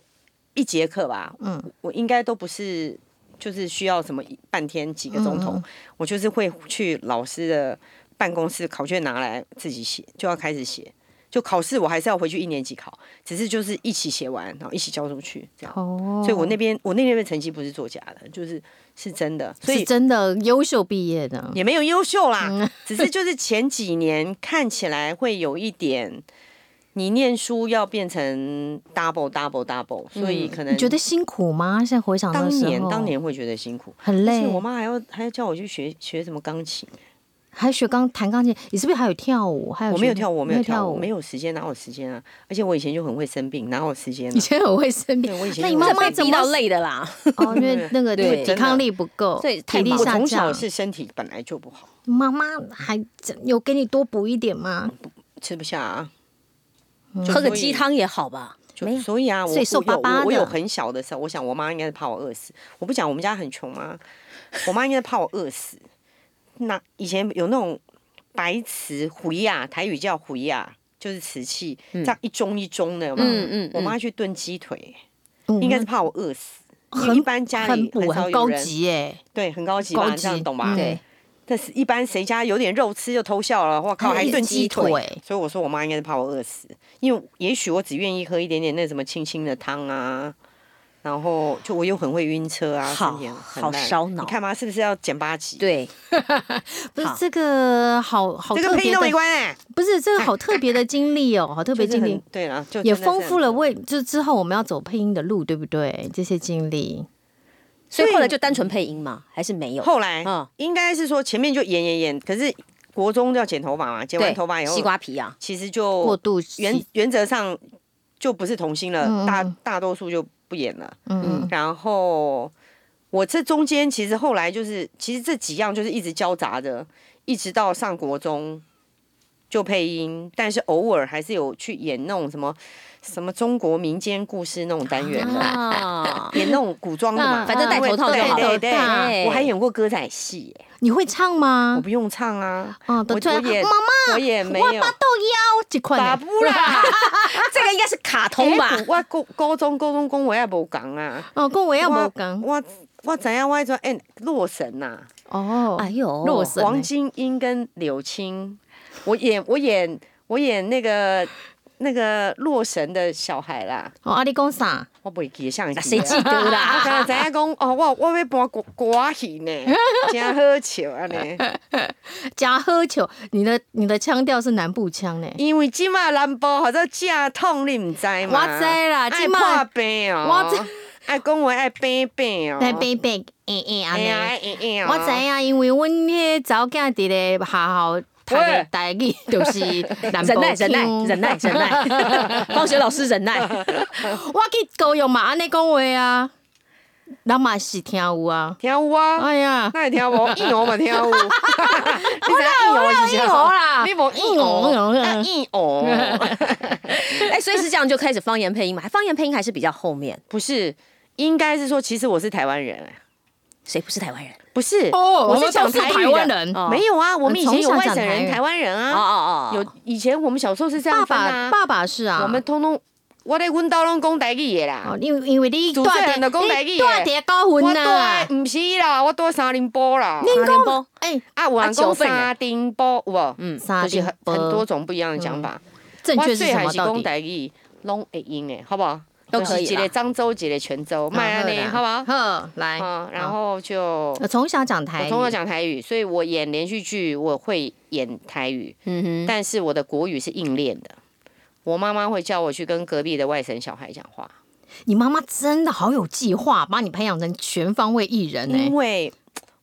Speaker 2: 一节课吧，
Speaker 3: 嗯
Speaker 2: 我应该都不是就是需要什么一半天几个钟头，
Speaker 3: 嗯嗯
Speaker 2: 我就是会去老师的办公室考卷拿来自己写，就要开始写。就考试我还是要回去一年级考，只是就是一起写完，然后一起交出去这样。
Speaker 3: 哦，
Speaker 2: 所以我那边我那边的成绩不是作假的，就是是真的。所
Speaker 3: 是
Speaker 2: 以
Speaker 3: 真的优秀毕业的，
Speaker 2: 也没有优秀啦，
Speaker 3: 嗯
Speaker 2: *laughs* 只是就是前几年看起来会有一点，你念书要变成 double double double，所以可能、
Speaker 3: 嗯你觉得辛苦吗？现在回想
Speaker 2: 当
Speaker 3: 的时候，
Speaker 2: 年当年会觉得辛苦，
Speaker 3: 很
Speaker 2: 而
Speaker 3: 累
Speaker 2: 且，我妈还要还要叫我去学学什么钢琴，
Speaker 3: 还学钢弹钢琴，你是不是还有跳舞？还有
Speaker 2: 我没有
Speaker 3: 学
Speaker 2: 跳舞，我没有跳舞，没
Speaker 3: 有。
Speaker 2: 有时间，哪有时间啊？而且我以前就很会生病，哪有时间、
Speaker 3: 以
Speaker 2: 啊？
Speaker 3: 前很会生病
Speaker 2: 对我以，前
Speaker 3: 那你
Speaker 2: 就
Speaker 3: 妈
Speaker 2: 很
Speaker 3: 妈
Speaker 2: 会生
Speaker 1: 被
Speaker 3: 怎
Speaker 1: 逼
Speaker 3: 么
Speaker 1: 到累的啦。
Speaker 3: 哦？因为那个
Speaker 2: 对
Speaker 3: 抵抗力不够，
Speaker 1: 对
Speaker 3: 体力
Speaker 1: 太忙
Speaker 2: 我
Speaker 3: 下
Speaker 2: 从小
Speaker 3: 降。
Speaker 2: 是身体本来就不好，
Speaker 3: 妈妈还有给你多补一点吗？
Speaker 2: 吃不下啊，
Speaker 1: *laughs*
Speaker 3: 嗯
Speaker 1: 喝个
Speaker 2: 所以
Speaker 1: 鸡汤也好吧。
Speaker 2: 就所以啊，我
Speaker 3: 所以瘦巴
Speaker 2: 我
Speaker 3: 巴
Speaker 2: 有我我有
Speaker 3: 的
Speaker 2: 很小的时候，我想我妈应该是怕我饿死。我不讲我们家很穷吗？我妈应该是怕我饿死。那以前有那种白词虎牙，台语叫虎牙，就是瓷器，这样一盅一盅的嘛。
Speaker 3: 嗯嗯
Speaker 2: 我妈去炖鸡腿，
Speaker 3: 嗯
Speaker 2: 应该是怕我饿死。因为一般家
Speaker 3: 很
Speaker 2: 里
Speaker 3: 补
Speaker 2: 少有
Speaker 3: 很高
Speaker 2: 人，
Speaker 3: 级哎，
Speaker 2: 对，很高级
Speaker 3: 高
Speaker 2: 嘛，
Speaker 3: 级
Speaker 2: 这样懂吧？
Speaker 3: 嗯
Speaker 1: 对，
Speaker 2: 但是一般谁家有点肉吃就偷笑了，我靠，
Speaker 3: 还
Speaker 2: 还
Speaker 3: 有
Speaker 2: 炖鸡
Speaker 3: 鸡
Speaker 2: 腿
Speaker 3: 腿，
Speaker 2: 所以我说我妈应该是怕我饿死，因为也许我只愿意喝一点点那什么清清的汤啊，然后就我又很会晕车啊，
Speaker 5: 好
Speaker 2: 身体很很
Speaker 5: 好
Speaker 2: 烂
Speaker 5: 烧脑
Speaker 2: 你看嘛，是不是要减八级？，
Speaker 5: 对，
Speaker 3: 不是
Speaker 5: 好
Speaker 3: 这个好好
Speaker 2: 这个
Speaker 3: 特
Speaker 2: 配音
Speaker 3: 别
Speaker 2: 都没
Speaker 3: 的，
Speaker 2: 关哎，
Speaker 3: 不是这个好特别的经历哦，好特别
Speaker 2: 就是
Speaker 3: 经
Speaker 2: 很
Speaker 3: 历。
Speaker 2: 对啦，就
Speaker 3: 也
Speaker 2: 真的是
Speaker 3: 丰富了
Speaker 2: 很
Speaker 3: 为，就之后我们要走配音的路，对不对？这些经历，
Speaker 1: 所以
Speaker 2: 对
Speaker 1: 后来就单纯配音嘛，还是没有？
Speaker 2: 后来
Speaker 1: 嗯
Speaker 2: 应该是说前面就演演演，可是国中就要剪头发嘛，剪
Speaker 1: 对
Speaker 2: 完头发以后
Speaker 1: 西，瓜皮啊，
Speaker 2: 其实就
Speaker 3: 过度
Speaker 2: 原
Speaker 3: 期
Speaker 2: 原则上就不是童星了，
Speaker 3: 嗯嗯
Speaker 2: 大
Speaker 3: 嗯
Speaker 2: 大多数就不演了。
Speaker 3: 嗯
Speaker 2: 然后我这中间其实后来就是，其实这几样就是一直交杂着，一直到上国中就配音，但是偶尔还是有去演那种什么什么中国民间故事那种单元的，
Speaker 1: *laughs* 啊，
Speaker 2: 演那种古装的嘛，
Speaker 3: 嗯
Speaker 1: *laughs* 反正戴头套就好
Speaker 2: 对
Speaker 1: 了。
Speaker 2: 对对
Speaker 1: 对
Speaker 2: 我还演过歌仔戏耶、
Speaker 3: 你会唱
Speaker 2: 我
Speaker 3: 吗？
Speaker 2: 不用唱啊，
Speaker 3: 啊，
Speaker 2: 我
Speaker 3: 都突
Speaker 2: 我
Speaker 3: 然
Speaker 2: 也
Speaker 3: 妈妈
Speaker 2: 我也没有
Speaker 3: 这块
Speaker 2: 打
Speaker 3: 呢，
Speaker 2: 不啦，
Speaker 1: *laughs* 这个应该是卡通吧？
Speaker 2: 哎我高高中高中公我也无讲啊，
Speaker 3: 哦，跟我要
Speaker 2: 我
Speaker 3: 无讲
Speaker 2: 我我怎样我迄阵演洛神呐、
Speaker 3: 哦，
Speaker 1: 哎呦，
Speaker 3: 洛神
Speaker 2: 王晶英跟柳青，我演我演我演那个那个洛神的小孩啦，
Speaker 3: 哦，阿里公啥？
Speaker 2: 我不会记得上一集啊
Speaker 1: 谁记得
Speaker 2: 我
Speaker 1: 啦？
Speaker 2: 刚才知影讲哦，我我要搬歌歌戏呢，真好笑啊安尼。
Speaker 3: 加喝酒，你的你的腔调是南部腔呢？
Speaker 2: 因为即马南部好做正痛，你毋知嘛？
Speaker 3: 我知啦
Speaker 2: 爱
Speaker 3: 这摆
Speaker 2: 破病哦，
Speaker 3: 我知
Speaker 2: 爱讲话爱病病哦，
Speaker 3: 来背背，诶诶，安
Speaker 2: 哎呀，哎
Speaker 3: 尼。
Speaker 2: 哎哎呀
Speaker 3: 我知影，因为阮迄查某囝伫咧学校读的
Speaker 2: 喂
Speaker 3: 台语，就是南部
Speaker 1: 忍耐，忍耐，
Speaker 3: 腔
Speaker 1: 忍耐，忍耐。 *laughs* 方学老师忍耐，
Speaker 3: 我去高雄嘛，安尼讲话啊，人嘛是听有啊。
Speaker 2: 听有啊，
Speaker 3: 哎呀，
Speaker 2: 那会听
Speaker 3: *laughs*
Speaker 2: 无？应我嘛听有，你知影应我是
Speaker 3: 硬
Speaker 2: 啥？
Speaker 3: 哦啦，
Speaker 2: 你无硬哦，啊 *laughs* 硬哦， *laughs*
Speaker 1: 哎，所以是这样就开始方言配音嘛？还方言配音还是比较后面，
Speaker 2: 不是，应该是说，其实我是台湾人，啊
Speaker 1: 谁不是台湾人？
Speaker 2: 不是，
Speaker 3: 哦，
Speaker 2: 我
Speaker 3: 们
Speaker 2: 是讲
Speaker 3: 都是
Speaker 2: 台语
Speaker 3: 台
Speaker 2: 的
Speaker 3: 湾人，
Speaker 1: 哦
Speaker 2: 没有啊，我们以前有外省
Speaker 3: 从小讲台
Speaker 2: 人、
Speaker 3: 语
Speaker 2: 台湾人啊，
Speaker 1: 哦哦哦，
Speaker 2: 有以前我们小时候是这
Speaker 3: 爸
Speaker 2: 样分
Speaker 3: 爸
Speaker 2: 啊，
Speaker 3: 爸爸是啊，
Speaker 2: 我们通通我咧阮兜拢讲台语的啦
Speaker 3: 哦，，因为因为你
Speaker 2: 主
Speaker 3: 住
Speaker 2: 持人
Speaker 3: 在
Speaker 2: 就讲台语
Speaker 3: 你
Speaker 2: 的
Speaker 3: 住在高啊
Speaker 2: 我
Speaker 3: 雄
Speaker 2: 住
Speaker 3: 呐
Speaker 2: 的，毋是啦，我住三林波啦，
Speaker 1: 阿联邦
Speaker 3: 哎，
Speaker 2: 啊，有人
Speaker 1: 啊九
Speaker 2: 讲
Speaker 1: 份人
Speaker 2: 三丁波，有无？
Speaker 1: 嗯
Speaker 3: 沙
Speaker 2: 就是
Speaker 3: 丁
Speaker 2: 很
Speaker 3: 波
Speaker 2: 很多种不一样的讲法，
Speaker 3: 正
Speaker 2: 我
Speaker 3: 确是
Speaker 2: 最
Speaker 3: 什
Speaker 2: 还
Speaker 3: 么
Speaker 2: 是
Speaker 3: 到
Speaker 2: 讲
Speaker 3: 底？
Speaker 2: 台语拢会用的，好不好？
Speaker 1: 都可以
Speaker 2: 就是一
Speaker 1: 啦
Speaker 2: 个漳州，一个泉州，卖安尼，好不好？
Speaker 3: 好，来，
Speaker 2: 嗯，然
Speaker 3: 好
Speaker 2: 后就
Speaker 3: 我呃从小讲
Speaker 2: 我
Speaker 3: 台语，
Speaker 2: 从小讲台语，所以我演连续剧我会演台语，
Speaker 1: 嗯哼，
Speaker 2: 但是我的国语是硬练的。我妈妈会叫我去跟隔壁的外省小孩讲话，
Speaker 3: 你妈妈真的好有计划，把你培养成全方位艺人哎
Speaker 2: 因。为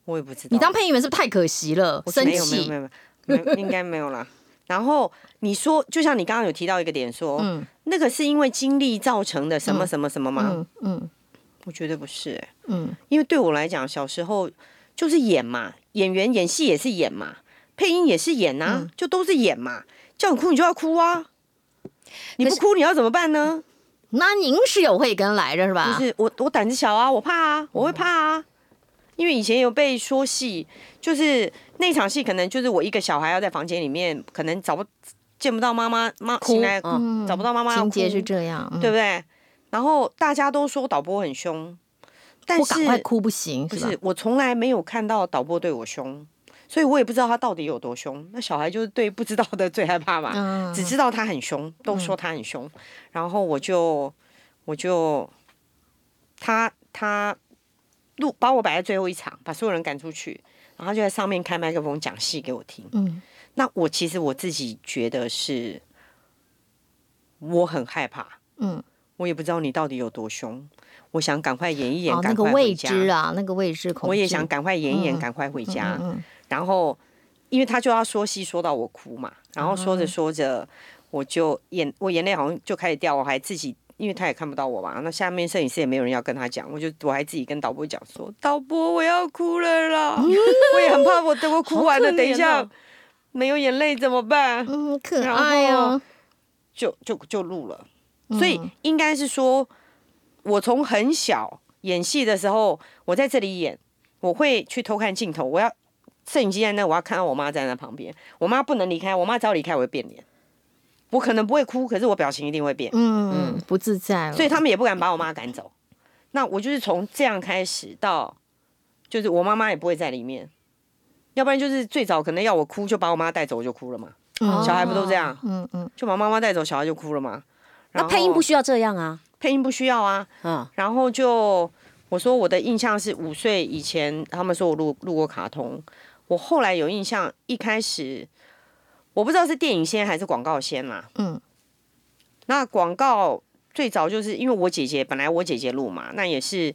Speaker 2: 我也不知道，
Speaker 3: 你当配音员是不是太可惜了？
Speaker 2: 我
Speaker 3: 生
Speaker 2: 没有没有
Speaker 3: 气
Speaker 2: 没，有没有，没有应该没有
Speaker 3: *laughs*
Speaker 2: 啦。然后你说，就像你刚刚有提到一个点说，
Speaker 3: 嗯
Speaker 2: 那个是因为经历造成的什么什么什么吗？
Speaker 3: 嗯嗯
Speaker 2: 我觉得不是、欸
Speaker 3: 嗯，
Speaker 2: 因为对我来讲，小时候就是演嘛，演员演戏也是演嘛，配音也是演
Speaker 3: 嗯
Speaker 2: 啊，就都是演嘛。叫你哭你就要哭啊，你不哭你要怎么办呢？
Speaker 3: 那您是有慧根来着是吧？
Speaker 2: 就是我我胆子小啊，我怕啊，我
Speaker 3: 嗯
Speaker 2: 会怕啊。因为以前有被说戏，就是那场戏可能就是我一个小孩要在房间里面，可能找不见不到妈妈，妈
Speaker 1: 哭
Speaker 2: 醒来、
Speaker 3: 嗯
Speaker 2: 找不到妈妈要哭，
Speaker 3: 情节是这样，嗯
Speaker 2: 对不对？然后大家都说导播很凶，但
Speaker 3: 不
Speaker 2: 是
Speaker 3: 赶快哭不行
Speaker 2: 不
Speaker 3: 是吧？
Speaker 2: 是，我从来没有看到导播对我凶，所以我也不知道他到底有多凶。那小孩就是对不知道的最害怕嘛，
Speaker 3: 嗯
Speaker 2: 只知道他很凶，都说他很凶，然后我就我就他他录把我摆在最后一场，把所有人赶出去，然后他就在上面开麦克风讲戏给我听。
Speaker 3: 嗯
Speaker 2: 那我其实我自己觉得是，我很害怕，
Speaker 3: 嗯，
Speaker 2: 我也不知道你到底有多凶，我想赶快演一演，
Speaker 3: 哦，那
Speaker 2: 赶
Speaker 3: 个
Speaker 2: 快
Speaker 3: 未
Speaker 2: 回家。
Speaker 3: 知啊，那个未知恐惧，
Speaker 2: 我也想赶快演一演，
Speaker 3: 嗯
Speaker 2: 赶快回
Speaker 3: 嗯
Speaker 2: 家。
Speaker 3: 嗯嗯
Speaker 2: 然后，因为他就要说戏，说到我哭嘛。然后
Speaker 3: 嗯
Speaker 2: 说着说着，我就眼我眼泪好像就开始掉，我还自己，因为他也看不到我嘛。那下面摄影师也没有人要跟他讲，我就我还自己跟导播讲说：“导播，我要哭了啦！ *laughs* 我也很怕我等我哭完了，
Speaker 3: 嗯好可怜哦
Speaker 2: 等一下没有眼泪怎么办
Speaker 3: 嗯，可
Speaker 2: 然
Speaker 3: 爱
Speaker 2: 后
Speaker 3: 哦，
Speaker 2: 就就就录了。所以应该是说，我从很小演戏的时候，我在这里演，我会去偷看镜头，我要摄影机在那，我要看到我妈站在旁边，我妈不能离开，我妈只要离开我会变脸。我可能不会哭，可是我表情一定会变，
Speaker 3: 嗯，不自在了。
Speaker 2: 所以他们也不敢把我妈赶走。那我就是从这样开始到，就是我妈妈也不会在里面，要不然就是最早可能要我哭就把我妈带走，我就哭了嘛。
Speaker 3: 嗯
Speaker 2: 小孩不都这样，
Speaker 3: 嗯嗯，
Speaker 2: 就把妈妈带走，小孩就哭了嘛。然
Speaker 5: 哦那
Speaker 2: 后
Speaker 5: 配音不需要这样啊，
Speaker 2: 配音不需要啊，
Speaker 5: 啊，
Speaker 2: 然后就我说我的印象是五岁以前，他们说我录录过卡通，我后来有印象，一开始我不知道是电影先还是广告先啦、
Speaker 3: 嗯，
Speaker 2: 那广告最早就是因为我姐姐本来我姐姐录嘛，那也是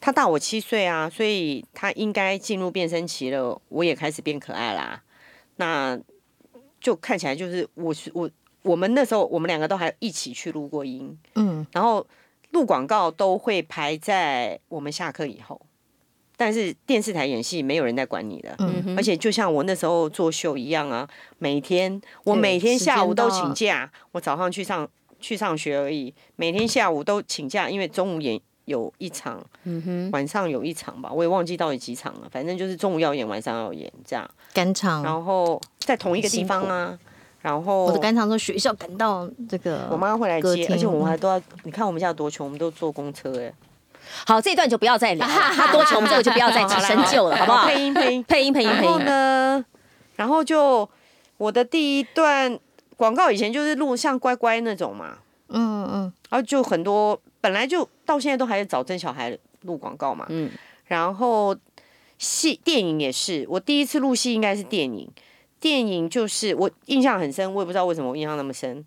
Speaker 2: 她大我七岁啊，所以她应该进入变声期了，我也开始变可爱啦，那就看起来就是我是我。我们那时候，我们两个都还一起去录过音，
Speaker 3: 嗯，
Speaker 2: 然后录广告都会排在我们下课以后，但是电视台演戏没有人在管你的，
Speaker 3: 嗯
Speaker 2: 而且就像我那时候做秀一样啊，每天我
Speaker 3: 对
Speaker 2: 每天
Speaker 3: 时间
Speaker 2: 下午都
Speaker 3: 到了
Speaker 2: 请假，我早上去上去上学而已，每天下午都请假，因为中午演有一场，
Speaker 1: 嗯
Speaker 2: 晚上有一场吧，我也忘记到底几场了，反正就是中午要演，晚上要演这样，
Speaker 3: 赶场，
Speaker 2: 然后在同一个地方啊，然后
Speaker 3: 我的赶场从学校赶到这个，
Speaker 2: 我妈会来
Speaker 3: 歌
Speaker 2: 接，
Speaker 3: 厅
Speaker 2: 而且我们还都要，你看我们家有多穷，我们都坐公车哎、
Speaker 5: 好，这一段就不要再聊
Speaker 2: *laughs*
Speaker 5: 了，他多穷，我们这个就不要再深究了，好不好？
Speaker 2: 配音配音。
Speaker 5: 配 *laughs* 音配音
Speaker 2: 然
Speaker 5: 配
Speaker 2: 后
Speaker 5: 音，
Speaker 2: 呢，然后就我的第一段广告以前就是录像乖乖那种嘛，
Speaker 3: 嗯嗯，
Speaker 2: 然后就很多本来就到现在都还有找真小孩录广告嘛，
Speaker 5: 嗯，
Speaker 2: 然后戏电影也是，我第一次录戏应该是电影，电影就是我印象很深，我也不知道为什么我印象那么深，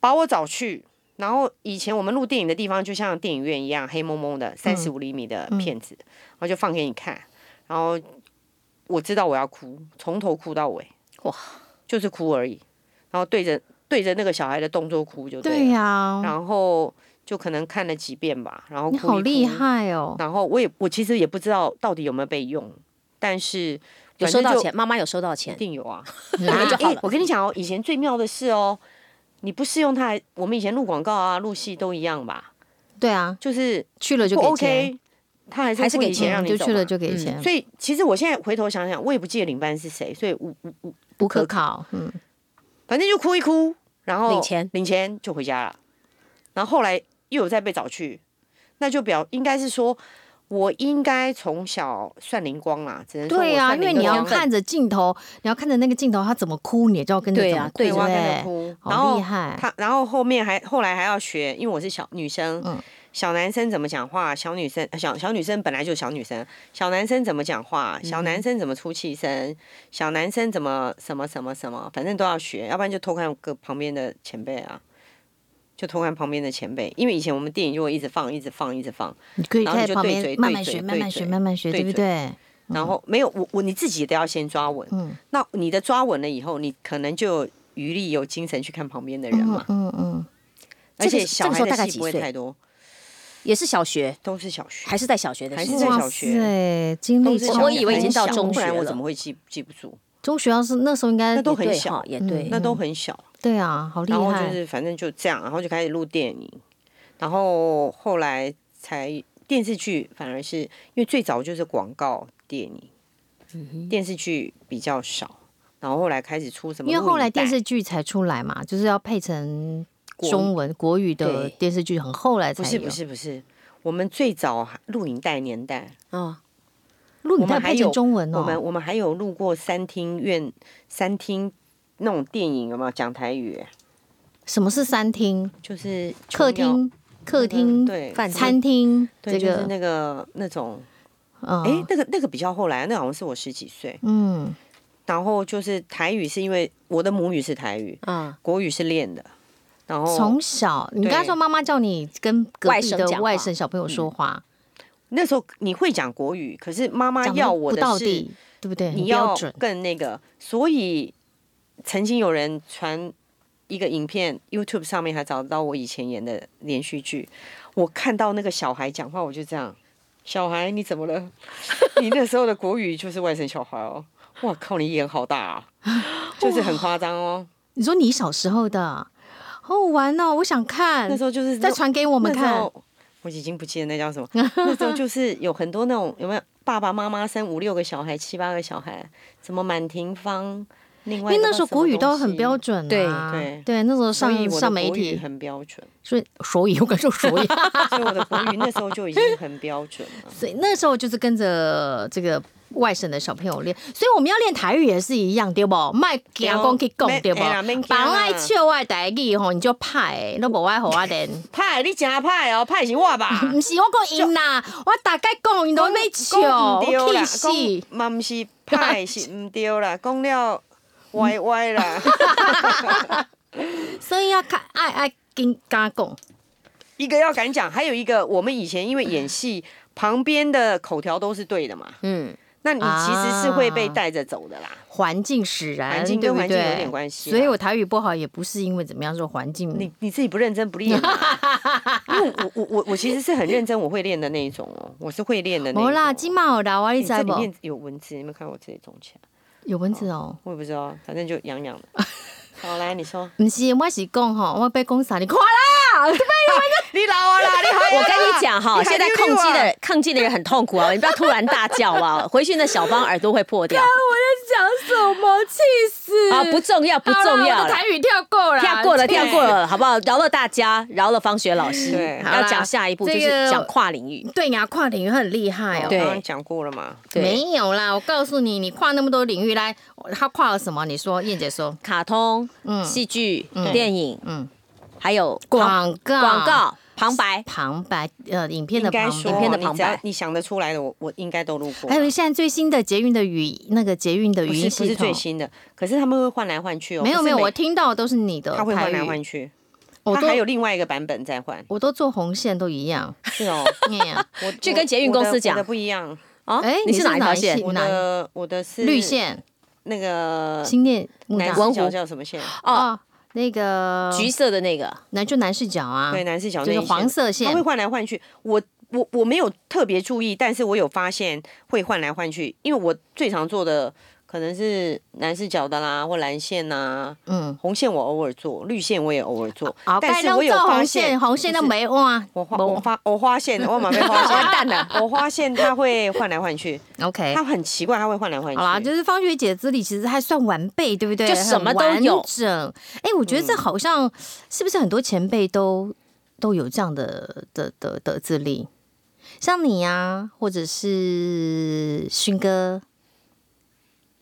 Speaker 2: 把我找去，然后以前我们录电影的地方就像电影院一样黑蒙蒙的三
Speaker 3: 嗯
Speaker 2: 十五厘米的片子，然后就放给你看，然后我知道我要哭，从头哭到尾，
Speaker 5: 哇，
Speaker 2: 就是哭而已，然后对着对着那个小孩的动作哭就了
Speaker 3: 对呀，
Speaker 2: 然后就可能看了几遍吧，然后
Speaker 3: 你
Speaker 2: 哭一
Speaker 3: 好厉
Speaker 2: 哭。
Speaker 3: 害哦，
Speaker 2: 然后我也我其实也不知道到底有没有被用，但是
Speaker 5: 有
Speaker 2: 反
Speaker 5: 收
Speaker 2: 正
Speaker 5: 到
Speaker 2: 就
Speaker 5: 钱，妈妈有收到钱
Speaker 2: 一，定有 *laughs* 啊。
Speaker 5: 拿就好
Speaker 2: 哎
Speaker 5: 了，。
Speaker 2: 我跟你讲哦，以前最妙的是哦，你不试用它还，我们以前录广告啊、录戏都一样吧，
Speaker 3: 对啊，
Speaker 2: 就是
Speaker 3: 去了就
Speaker 2: 不
Speaker 3: 给钱，
Speaker 2: OK，他还是
Speaker 5: 还是
Speaker 2: 付
Speaker 5: 给
Speaker 2: 你
Speaker 5: 钱
Speaker 2: 钱让
Speaker 3: 嗯
Speaker 2: 你
Speaker 3: 就
Speaker 2: 走
Speaker 3: 去了
Speaker 2: 嘛
Speaker 3: 就给钱，
Speaker 2: 所以其实我现在回头想想，我也不记得领班是谁，所以我我我
Speaker 3: 不可考，嗯，
Speaker 2: 反正就哭一哭，然后
Speaker 5: 领钱
Speaker 2: 领钱就回家了。然后后来又有再被找去，那就表应该是说，我应该从小算灵光啦，只能说
Speaker 3: 对啊
Speaker 2: 呀、
Speaker 3: 呀，因为你要
Speaker 5: 天分
Speaker 3: 看着镜头，你要看着那个镜头，他怎么哭，你也就要跟着
Speaker 5: 对
Speaker 3: 怎
Speaker 5: 啊
Speaker 3: 么哭，
Speaker 5: 对
Speaker 2: 对，
Speaker 3: 对
Speaker 2: 我
Speaker 3: 不
Speaker 2: 要跟着
Speaker 3: 对？
Speaker 2: 哭，然
Speaker 3: 好
Speaker 2: 后
Speaker 3: 厉害，
Speaker 2: 他，然后后面还后来还要学，因为我是小女生，
Speaker 3: 嗯
Speaker 2: 小男生怎么讲话，小女生呃小小女生本来就是小女生，小男生怎么讲话，小
Speaker 3: 嗯
Speaker 2: 男生怎么出气声，小男生怎么什么什么什么，反正都要学，要不然就偷看个旁边的前辈啊，就偷看旁边的前辈，因为以前我们电影就会一直放，一直放，一直放，
Speaker 3: 你可以
Speaker 2: 然后
Speaker 3: 在
Speaker 2: 你就
Speaker 3: 旁
Speaker 2: 对
Speaker 3: 边
Speaker 2: 嘴
Speaker 3: 慢
Speaker 2: 对
Speaker 3: 慢
Speaker 2: 嘴
Speaker 3: 学，慢
Speaker 2: 对
Speaker 3: 慢学，
Speaker 2: 嘴
Speaker 3: 慢慢学，
Speaker 2: 对
Speaker 3: 对不
Speaker 2: 嘴
Speaker 3: 对？
Speaker 2: 然后没有我我你自己都要先抓稳，
Speaker 3: 嗯
Speaker 2: 那你的抓稳了以后，你可能就有余力有精神去看旁边的人嘛，
Speaker 3: 嗯嗯。
Speaker 2: 而
Speaker 5: 这
Speaker 2: 且
Speaker 5: 个
Speaker 2: 小
Speaker 5: 这个时候
Speaker 2: 孩
Speaker 5: 大概几
Speaker 2: 的戏不会
Speaker 5: 岁
Speaker 2: 太多，
Speaker 5: 也是小学，
Speaker 2: 都是小学，
Speaker 5: 还是在小学的
Speaker 2: 还
Speaker 5: 时
Speaker 2: 是
Speaker 5: 候，
Speaker 2: 在
Speaker 3: 哇
Speaker 2: 小学
Speaker 3: 塞，经
Speaker 2: 都
Speaker 3: 历
Speaker 2: 是小
Speaker 3: 超
Speaker 2: 学
Speaker 5: 我以为已经到
Speaker 2: 很小
Speaker 5: 中学
Speaker 2: 不然我
Speaker 5: 了
Speaker 2: 怎么会记记不住？
Speaker 3: 中学，要是那时候应该
Speaker 2: 那都很
Speaker 5: 对
Speaker 2: 小
Speaker 5: 哈，也对，
Speaker 2: 嗯那都很小。
Speaker 3: 对啊，好厉
Speaker 2: 然后
Speaker 3: 害，
Speaker 2: 就是反正就这样，然后就开始录电影，然后后来才电视剧，反而是因为最早就是广告电影，
Speaker 5: 嗯
Speaker 2: 电视剧比较少。然后后来开始出什么
Speaker 3: 因
Speaker 2: 录影带？
Speaker 3: 为后来电视剧才出来嘛，就是要配成
Speaker 2: 国
Speaker 3: 中文国语的
Speaker 2: 对
Speaker 3: 电视剧，很后来
Speaker 2: 不
Speaker 3: 才有。
Speaker 2: 是不是不是，我们最早还录影带年代，
Speaker 1: 哦
Speaker 5: 啊，
Speaker 3: 录影
Speaker 2: 我
Speaker 3: 带
Speaker 2: 们还
Speaker 3: 配成
Speaker 2: 有
Speaker 3: 中文哦。
Speaker 2: 我们我们还有录过三厅院、三厅那种电影，有没有讲台语？
Speaker 3: 什么是
Speaker 2: *laughs*
Speaker 3: 三厅？
Speaker 2: 就是
Speaker 3: 客
Speaker 2: 琼瑶
Speaker 3: 厅、客厅、
Speaker 2: 对
Speaker 5: 饭厅
Speaker 3: 餐厅，这
Speaker 2: 对，就是
Speaker 3: 个
Speaker 2: 那个那种，
Speaker 3: 嗯
Speaker 2: 哎、那个那个比较后来，那好像是我十几岁。
Speaker 3: 嗯
Speaker 2: 然后就是台语，是因为我的母语是台语，
Speaker 5: 啊，
Speaker 2: 国语是练的。然后
Speaker 3: 从小，你
Speaker 2: 对
Speaker 3: 刚才说妈妈叫你跟隔
Speaker 5: 外
Speaker 3: 壁
Speaker 5: 甥
Speaker 3: 的
Speaker 5: 讲话
Speaker 3: 外甥小朋友说话，
Speaker 2: 那时候你会讲国语，可是嗯妈妈
Speaker 3: 讲得
Speaker 2: 要我
Speaker 3: 不到
Speaker 2: 的是
Speaker 3: 地，对不对？很
Speaker 2: 你
Speaker 3: 标
Speaker 2: 要
Speaker 3: 准，
Speaker 2: 更那个，所以曾经有人传一个影片，YouTube 上面还找得到我以前演的连续剧。我看到那个小孩讲话，我就这样：小孩你怎么了？你那时候的国语就是外省小孩哦。哇靠，你眼好大啊，就是很夸张哦。
Speaker 3: 你说你小时候的，好好玩哦，我想看。
Speaker 2: 那时候就是
Speaker 3: 再传给我
Speaker 2: 我
Speaker 3: 们看。。
Speaker 2: 我已经不记得那叫什么， *laughs* 那时候就是有很多那种有没有爸爸妈妈生五六个小孩、七八个小孩，什么满庭芳，另
Speaker 3: 因
Speaker 2: 外
Speaker 3: 为
Speaker 2: 一个
Speaker 3: 哎那时候国语都很标
Speaker 2: 准。
Speaker 3: 准、啊，
Speaker 2: 对对
Speaker 3: 那时候
Speaker 2: 所以
Speaker 3: 上
Speaker 2: 我的
Speaker 3: 上媒
Speaker 2: 国语
Speaker 3: 体，
Speaker 2: 很标准，
Speaker 3: 所以手语我感受手 *laughs* 语，
Speaker 2: 所以我的国语那时候就已经很标准
Speaker 3: *laughs*
Speaker 2: 了。
Speaker 3: 所以那时候就是跟着这个外省的小朋友练，所以我们要练台语也是一样，对不？卖
Speaker 2: 对
Speaker 3: 假讲去讲，
Speaker 2: 免
Speaker 3: 对不
Speaker 2: 哎呀免？怕啦
Speaker 3: 把爱笑爱台语吼，你就派，都无爱互
Speaker 2: *laughs*
Speaker 3: 我练。
Speaker 2: 派，你真派哦，派是 *laughs* 我吧？
Speaker 3: 唔是我讲因啦，我大概讲因都要笑，
Speaker 2: 讲唔对
Speaker 3: 哦我
Speaker 2: 啦，
Speaker 3: 气死。
Speaker 2: 讲嘛毋是派是毋对啦，讲了歪歪啦，
Speaker 3: 所以要看爱爱跟敢讲，
Speaker 2: 一个要敢讲，还有一个我们以前因为演戏，旁边的口条都是对的嘛，
Speaker 3: 嗯，
Speaker 2: 那你其实是会被带着走的啦。
Speaker 3: 环境使然，
Speaker 2: 环境
Speaker 3: 对
Speaker 2: 跟
Speaker 3: 不
Speaker 2: 环境有
Speaker 3: 对
Speaker 2: 点关系啦
Speaker 3: 所以我台语不好也不是因为怎么样，说环境
Speaker 2: 你你自己不认真不练嘛，因为我我我我其实是很认真，我会练的那一种哦，我是会练的那一
Speaker 3: 无
Speaker 2: 种。
Speaker 3: 啦，金毛啦，我你
Speaker 2: 你
Speaker 3: 知
Speaker 2: 这里
Speaker 3: 不
Speaker 2: 面？有蚊子，你有没有看我这里肿起来？
Speaker 3: 有蚊子哦。
Speaker 2: 我也不知道，反正就痒痒的。好，来你说，
Speaker 3: 不是，我是讲吼，我被讲啥？你看啦，
Speaker 2: 你老我啦，你好
Speaker 1: 我跟 *laughs* 你讲哈，现在抗击的
Speaker 2: 人
Speaker 1: 人抗击的人很痛苦啊，你不要突然大叫啊， *laughs* 回去那小帮耳朵会破掉
Speaker 3: 讲什么？气死！
Speaker 1: 啊，不重要不
Speaker 3: 好啦
Speaker 1: 重
Speaker 3: 我
Speaker 1: 要
Speaker 3: 的，台语跳过了，
Speaker 1: 跳过了
Speaker 3: 这个
Speaker 1: 跳过了，好不好？饶了大家，饶了方雪老师
Speaker 2: 对，
Speaker 1: 要讲下一步就
Speaker 3: 这个
Speaker 1: 是讲跨领域，
Speaker 3: 对呀，跨领域很厉害哦。
Speaker 2: 对，
Speaker 1: 对
Speaker 2: 我刚刚讲过了嘛，
Speaker 1: 对，
Speaker 3: 没有啦，我告诉你，你跨那么多领域来，他跨了什么？你说，燕姐说，
Speaker 1: 卡通、
Speaker 3: 嗯
Speaker 1: 戏剧
Speaker 3: 嗯、
Speaker 1: 电影，
Speaker 3: 嗯，
Speaker 1: 还有
Speaker 3: 广告，
Speaker 1: 广告旁白，
Speaker 3: 旁白，呃，影片
Speaker 2: 应
Speaker 3: 的
Speaker 2: 该
Speaker 3: 旁哎
Speaker 2: 说
Speaker 3: 影片的
Speaker 2: 你
Speaker 1: 旁
Speaker 2: 只要
Speaker 1: 白
Speaker 2: 你想得出来的，我我应该都录过。
Speaker 3: 还有现在最新的捷运的语，那个捷运的
Speaker 2: 不
Speaker 3: 语
Speaker 2: 是
Speaker 3: 音
Speaker 2: 不
Speaker 3: 系
Speaker 2: 是最
Speaker 3: 统，
Speaker 2: 新的，可是他们会换来换去哦。
Speaker 3: 没有
Speaker 2: 不
Speaker 3: 没
Speaker 2: 是
Speaker 3: 有，
Speaker 2: 每
Speaker 3: 我听到的都是你的
Speaker 2: 他会
Speaker 3: 台
Speaker 2: 换来
Speaker 3: 语，
Speaker 2: 换去，
Speaker 3: 我
Speaker 2: 他
Speaker 3: 都
Speaker 2: 还有另外一个版本在换。
Speaker 3: 我都做红线都一样，
Speaker 2: *laughs* 是哦，
Speaker 3: 哎呀，
Speaker 2: *laughs* 我
Speaker 1: 去
Speaker 2: 我
Speaker 1: 跟捷运公司
Speaker 2: 我的
Speaker 1: 讲
Speaker 2: 我的不一样。
Speaker 1: 啊
Speaker 3: 哎，
Speaker 1: 你是哪一条
Speaker 3: 你
Speaker 1: 线
Speaker 3: 是？
Speaker 2: 我
Speaker 3: 哪
Speaker 2: 的我的是
Speaker 3: 绿线、
Speaker 2: 那个
Speaker 3: 新店、木栅
Speaker 2: 男视角
Speaker 1: 湖
Speaker 2: 叫什么线？
Speaker 3: 哦，那个
Speaker 1: 橘色
Speaker 3: *laughs*
Speaker 1: 的那个，
Speaker 3: 男就男视角啊，
Speaker 2: 对，男视角那
Speaker 3: 就是
Speaker 2: 一线
Speaker 3: 黄色线
Speaker 2: 它会换来换去。我我我没有特别注意，但是我有发现会换来换去，因为我最常做的可能是男视角的啦，或蓝线呐、
Speaker 3: 嗯，
Speaker 2: 红线我偶尔做，绿线我也偶尔做，
Speaker 3: 好，
Speaker 2: 但
Speaker 3: 该
Speaker 2: 是我
Speaker 3: 弄
Speaker 2: 有
Speaker 3: 做
Speaker 2: 发
Speaker 3: 红
Speaker 2: 现
Speaker 3: 线，红线都。没哇
Speaker 2: 不是我花我发我花线，我马上花线蛋了。我花线它会换来换去，*laughs*
Speaker 3: ，OK，
Speaker 2: 它很奇怪，它会换来换去。
Speaker 3: 好啦，就是方学姐资历其实还算完备，对不对？
Speaker 1: 就什么都有
Speaker 3: 很完整。哎、我觉得这好像是不是很多前辈都都有这样的的的的资历？像你呀、或者是勋哥，